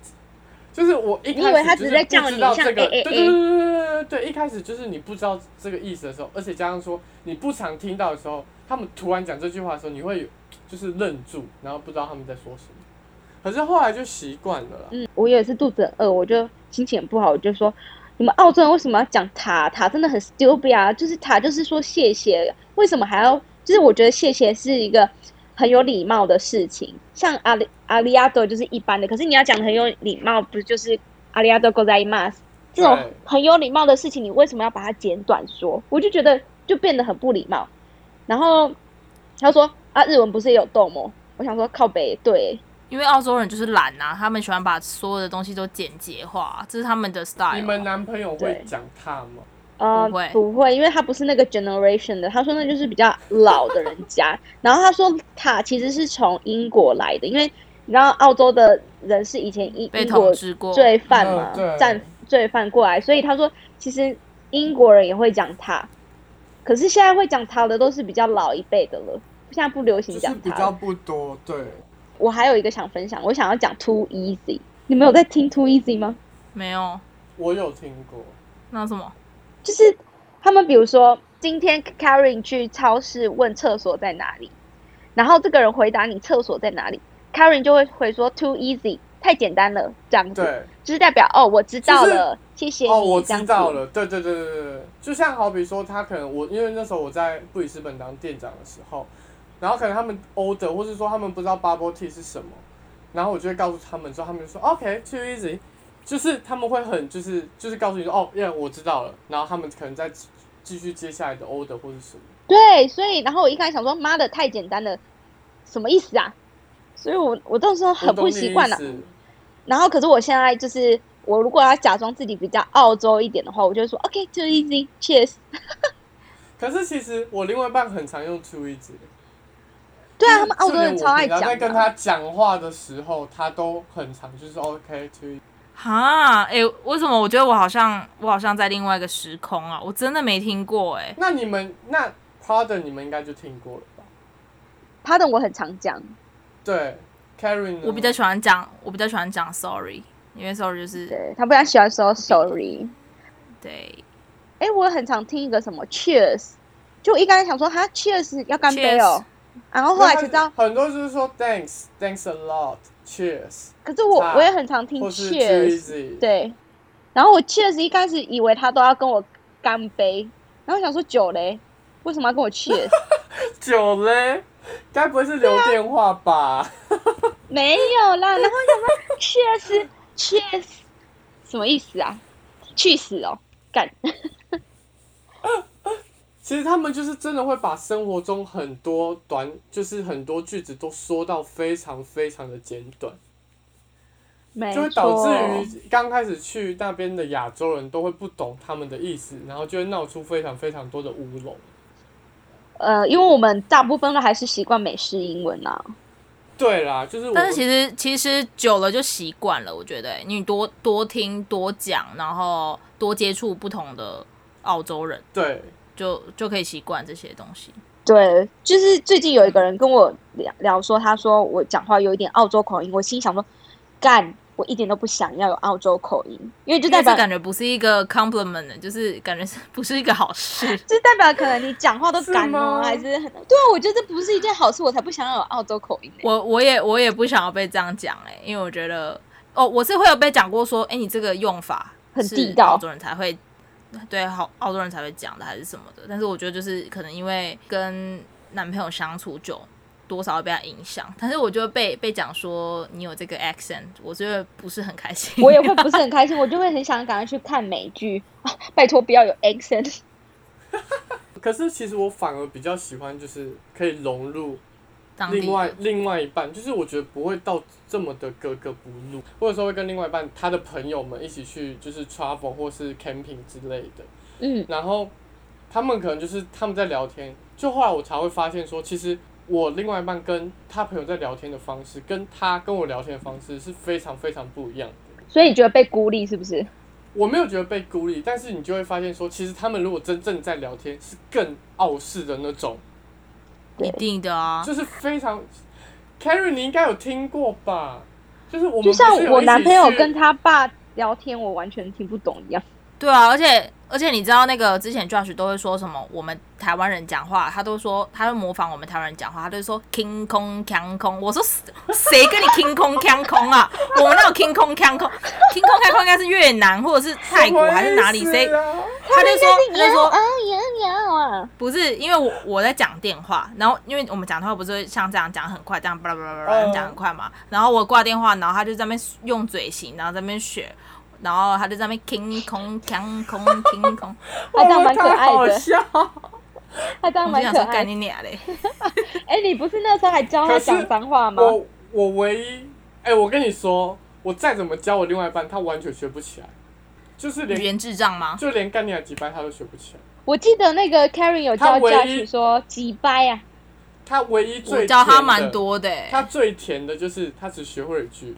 [SPEAKER 3] 就是我一
[SPEAKER 2] 你以为他
[SPEAKER 3] 开
[SPEAKER 2] 只
[SPEAKER 3] 始就是
[SPEAKER 2] 在
[SPEAKER 3] 是
[SPEAKER 2] 叫
[SPEAKER 3] 不
[SPEAKER 2] 你哎
[SPEAKER 3] 知道
[SPEAKER 2] 像
[SPEAKER 3] 这个，
[SPEAKER 2] AA
[SPEAKER 3] 对对对对对对，一开始就是你不知道这个意思的时候，而且加上说你不常听到的时候，他们突然讲这句话的时候，你会有就是愣住，然后不知道他们在说什么，可是后来就习惯了啦。
[SPEAKER 2] 嗯，我也是肚子很饿，我就心情很不好，我就说你们澳洲人为什么要讲塔？塔真的很 stupid 啊！就是塔就是说谢谢，为什么还要？就是我觉得谢谢是一个很有礼貌的事情，像阿里阿里亚多就是一般的，可是你要讲得很有礼貌，不就是阿里亚多 g o z a i m a s 这种
[SPEAKER 3] 对
[SPEAKER 2] 很有礼貌的事情，你为什么要把它简短说？我就觉得就变得很不礼貌。然后他说啊，日文不是也有逗吗？我想说靠北对，
[SPEAKER 1] 因为澳洲人就是懒呐、啊，他们喜欢把所有的东西都简洁化，啊这是他们的 style。
[SPEAKER 3] 你们男朋友会
[SPEAKER 2] 对
[SPEAKER 3] 讲他吗？
[SPEAKER 2] 呃，
[SPEAKER 1] 不会
[SPEAKER 2] 不会，因为他不是那个 generation 的，他说那就是比较老的人 家。然后他说塔其实是从英国来的，因为你知道澳洲的人是以前英
[SPEAKER 1] 被
[SPEAKER 2] 英
[SPEAKER 1] 统
[SPEAKER 2] 国
[SPEAKER 1] 治过，
[SPEAKER 2] 罪犯嘛
[SPEAKER 3] 嗯，对
[SPEAKER 2] 战罪犯过来，所以他说其实英国人也会讲塔，可是现在会讲塔的都是比较老一辈的了，现在不流行讲塔了。
[SPEAKER 3] 不多，对。
[SPEAKER 2] 我还有一个想分享，我想要讲 too easy，你们有在听 too easy 吗？
[SPEAKER 1] 没有
[SPEAKER 3] 我有听过，
[SPEAKER 1] 那什么
[SPEAKER 2] 就是他们比如说今天 Karen 去超市问厕所在哪里，然后这个人回答你厕所在哪里，Karen 就会回说 too easy，太简单了，这样子，
[SPEAKER 3] 对，
[SPEAKER 2] 就是代表哦我知道了，谢谢你
[SPEAKER 3] 哦，我
[SPEAKER 2] 这样
[SPEAKER 3] 知
[SPEAKER 2] 子
[SPEAKER 3] 道了，对对对对对对，就像好比说他可能我因为那时候我在布里斯本当店长的时候，然后可能他们 order 或是说他们不知道 bubble tea 是什么，然后我就会告诉他们之后，他们就说 OK too easy，就是他们会很就是就是告诉你说哦耶我知道了，然后他们可能再继续接下来的 order 或是什么，
[SPEAKER 2] 对，所以然后我一开始想说妈的太简单了，什么意思啊？所以我我到时候
[SPEAKER 3] 我
[SPEAKER 2] 很
[SPEAKER 3] 懂
[SPEAKER 2] 不
[SPEAKER 3] 你的
[SPEAKER 2] 习
[SPEAKER 3] 意
[SPEAKER 2] 惯了、
[SPEAKER 3] 思
[SPEAKER 2] 然后可是我现在就是我如果要假装自己比较澳洲一点的话，我就会说 OK too easy cheers。
[SPEAKER 3] 可是其实我另外一半很常用 too easy。
[SPEAKER 2] 对啊，他们澳洲人
[SPEAKER 3] 就是
[SPEAKER 2] 超爱讲
[SPEAKER 3] 我平常在
[SPEAKER 2] 的
[SPEAKER 3] 跟
[SPEAKER 2] 啊
[SPEAKER 3] 他讲话的时候，他都很常就是哦 OK to，
[SPEAKER 1] 哈？哎、为什么我觉得我好像我好像在另外一个时空啊？我真的没听过哎、
[SPEAKER 3] 那你们那 Pardon 你们应该就听过了吧？
[SPEAKER 2] ，pardon 我很常讲。
[SPEAKER 3] 对，Karen，呢
[SPEAKER 1] 我比较喜欢讲，我比较喜欢讲 sorry，因为 sorry 就是
[SPEAKER 2] 对他不太喜欢说 sorry。
[SPEAKER 1] 对
[SPEAKER 2] 哎、我很常听一个什么 cheers，就我一开始想说哈 cheers 要干杯哦，然后后来才知道，
[SPEAKER 3] 很多就是说 Thanks，Thanks a lot，Cheers，
[SPEAKER 2] 可是我
[SPEAKER 3] 菜
[SPEAKER 2] 我也很常听
[SPEAKER 3] 或是
[SPEAKER 2] cheers，
[SPEAKER 3] Cheers，，
[SPEAKER 2] 对，然后我 cheers 一开始以为他都要跟我干杯，然后想说酒嘞，为什么要跟我 cheers？
[SPEAKER 3] 酒嘞，该不会是留电话吧？
[SPEAKER 2] 没有啦，然后想说 cheers cheers 什么意思啊？去死哦，干！
[SPEAKER 3] 其实他们就是真的会把生活中很多短，就是很多句子都说到非常非常的简短。
[SPEAKER 2] 没
[SPEAKER 3] 就会导
[SPEAKER 2] 错
[SPEAKER 3] 致于刚开始去那边的亚洲人都会不懂他们的意思，然后就会闹出非常非常多的乌龙。
[SPEAKER 2] 呃，因为我们大部分都还是习惯美式英文啊啦、
[SPEAKER 3] 对啦，就是我
[SPEAKER 1] 但是其实其实久了就习惯了，我觉得、欸你多多听多讲，然后多接触不同的澳洲人，
[SPEAKER 3] 对
[SPEAKER 1] 就就可以习惯这些东西。
[SPEAKER 2] 对，就是最近有一个人跟我聊聊说，他说我讲话有一点澳洲口音，我心想说，干，我一点都不想要有澳洲口音，因为就
[SPEAKER 1] 因为
[SPEAKER 2] 代
[SPEAKER 1] 这
[SPEAKER 2] 表
[SPEAKER 1] 感觉不是一个 compliment，的就是感觉是 不是一个好事。
[SPEAKER 2] 就代表可能你讲话都
[SPEAKER 3] 是
[SPEAKER 2] 敢
[SPEAKER 3] 吗
[SPEAKER 2] 哦，还是很对啊，我觉得这不是一件好事，我才不想要有澳洲口 音、欸。
[SPEAKER 1] 我我也我也不想要被这样讲哎、因为我觉得哦，我是会有被讲过说，哎、你这个用法
[SPEAKER 2] 很
[SPEAKER 1] 是
[SPEAKER 2] 地道
[SPEAKER 1] 澳洲人才会对好澳洲人才会讲的还是什么的。但是我觉得就是可能因为跟男朋友相处久，多少会被他影响。但是我就会被被讲说你有这个 accent，我觉得不是很开心。
[SPEAKER 2] 我也会不是很开心，我就会很想赶快去看美剧啊！拜托不要有 accent，
[SPEAKER 3] 可是其实我反而比较喜欢，就是可以融入
[SPEAKER 1] 当地
[SPEAKER 3] 另外
[SPEAKER 1] 的
[SPEAKER 3] 另外一半，就是我觉得不会到这么的格格不入。我有时候会跟另外一半他的朋友们一起去，就是 travel 或是 camping 之类的。
[SPEAKER 2] 嗯，
[SPEAKER 3] 然后他们可能就是他们在聊天，就后来我才会发现说，其实我另外一半跟他朋友在聊天的方式，跟他跟我聊天的方式是非常非常不一样的。
[SPEAKER 2] 所以你觉得被孤立是不是？
[SPEAKER 3] 我没有觉得被孤立，但是你就会发现说，其实他们如果真正在聊天，是更傲视的那种，
[SPEAKER 1] 一定的啊，
[SPEAKER 3] 就是非常。Carrie，你应该有听过吧？就是我们
[SPEAKER 2] 就像
[SPEAKER 3] 不是有
[SPEAKER 2] 我
[SPEAKER 3] 一起
[SPEAKER 2] 男朋友
[SPEAKER 3] 去
[SPEAKER 2] 跟他爸聊天，我完全听不懂一样。
[SPEAKER 1] 对啊，而且而且你知道那个之前 Josh 都会说什么，我们台湾人讲话，他都说他会模仿我们台湾人讲话，他就说 king 空 king 空，我说谁谁跟你 king 空 king 空啊？ 我们那有 king 空 king 空，king 空 king 空应该是越南或者是泰国还是哪里？
[SPEAKER 3] 什么
[SPEAKER 1] 谁
[SPEAKER 3] 意思啊
[SPEAKER 1] 他就说他就说
[SPEAKER 2] 啊呀呀啊！
[SPEAKER 1] 不是，因为我我在讲电话，然后因为我们讲电话不是会像这样讲很快，这样巴拉巴拉巴拉
[SPEAKER 3] 嗯
[SPEAKER 1] 讲很快嘛。然后我挂电话，然后他就在那边用嘴型，然后在那边学，然后他就在那边 king 空 king 空 king 空。
[SPEAKER 2] 他这样蛮可
[SPEAKER 3] 哇太
[SPEAKER 2] 爱
[SPEAKER 3] 好
[SPEAKER 2] 的，
[SPEAKER 3] 笑。
[SPEAKER 2] 他这
[SPEAKER 1] 我
[SPEAKER 2] 样
[SPEAKER 1] 就
[SPEAKER 2] 蛮
[SPEAKER 1] 想
[SPEAKER 2] 可
[SPEAKER 1] 说
[SPEAKER 2] 爱
[SPEAKER 1] 干
[SPEAKER 2] 的。
[SPEAKER 1] 你俩嘞！
[SPEAKER 2] 哎、你不是那时候还教他讲脏话吗？
[SPEAKER 3] 我我唯一，哎、我跟你说，我再怎么教我另外一半，他完全学不起来，就是
[SPEAKER 1] 语
[SPEAKER 3] 连
[SPEAKER 1] 言智障吗？
[SPEAKER 3] 就连干你俩几班他都学不起来。
[SPEAKER 2] 我记得那个 Karen 有
[SPEAKER 3] 他
[SPEAKER 2] 教
[SPEAKER 3] 唯一
[SPEAKER 2] Josh 说几掰啊，
[SPEAKER 3] 他唯一最
[SPEAKER 1] 我教他
[SPEAKER 3] 甜的
[SPEAKER 1] 蛮，多的、欸，
[SPEAKER 3] 他最甜的就是他只学会了一句，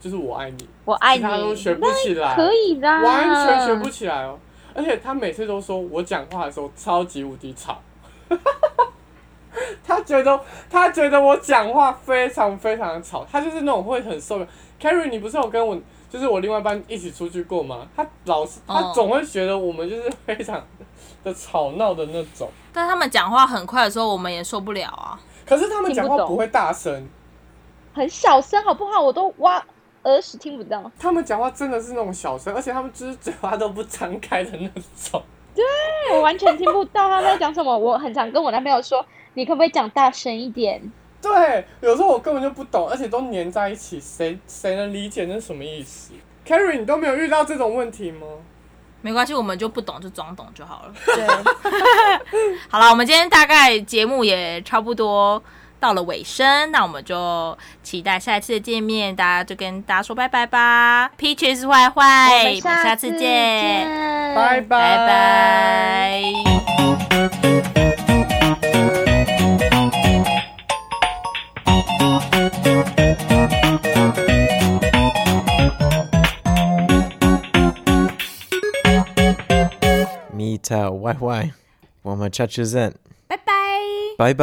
[SPEAKER 3] 就是我爱你，
[SPEAKER 2] 我爱
[SPEAKER 3] 其
[SPEAKER 2] 你，
[SPEAKER 3] 他都学不起来，
[SPEAKER 2] 可以的，
[SPEAKER 3] 完全学不。起来
[SPEAKER 2] 啊
[SPEAKER 3] 哦。而且他每次都说我讲话的时候超级无敌吵， 他觉得他觉得我讲话非常非常的吵，他就是那种会很受不了。Carrie，你不是有跟我就是我另外一班一起出去过吗？他老是他
[SPEAKER 1] 哦
[SPEAKER 3] 总会觉得我们就是非常的吵闹的那种，
[SPEAKER 1] 但他们讲话很快的时候，我们也受不了啊。
[SPEAKER 3] 可是他们讲
[SPEAKER 2] 听不
[SPEAKER 3] 话
[SPEAKER 2] 懂
[SPEAKER 3] 不会大声，
[SPEAKER 2] 很小声好不好？我都哇耳屎听不到。
[SPEAKER 3] 他们讲话真的是那种小声，而且他们就是嘴巴都不张开的那种。
[SPEAKER 2] 对我完全听不到他在讲什么。我很常跟我男朋友说，你可不可以讲大声一点？
[SPEAKER 3] 对，有时候我根本就不懂，而且都粘在一起，谁谁能理解那是什么意思？Carrie，你都没有遇到这种问题吗？
[SPEAKER 1] 没关系，我们就不懂就装懂就好了。
[SPEAKER 2] 对，
[SPEAKER 1] 好了，我们今天大概节目也差不多到了尾声，那我们就期待下一次的见面，大家就跟大家说拜拜吧。Peaches 坏坏，
[SPEAKER 2] 我
[SPEAKER 1] 哎我们
[SPEAKER 2] 们
[SPEAKER 1] 下
[SPEAKER 2] 次
[SPEAKER 1] 次见，
[SPEAKER 3] 嗯拜拜
[SPEAKER 1] 拜拜
[SPEAKER 4] 咪特 YY，我们下次见，
[SPEAKER 1] 拜拜。
[SPEAKER 4] 拜拜。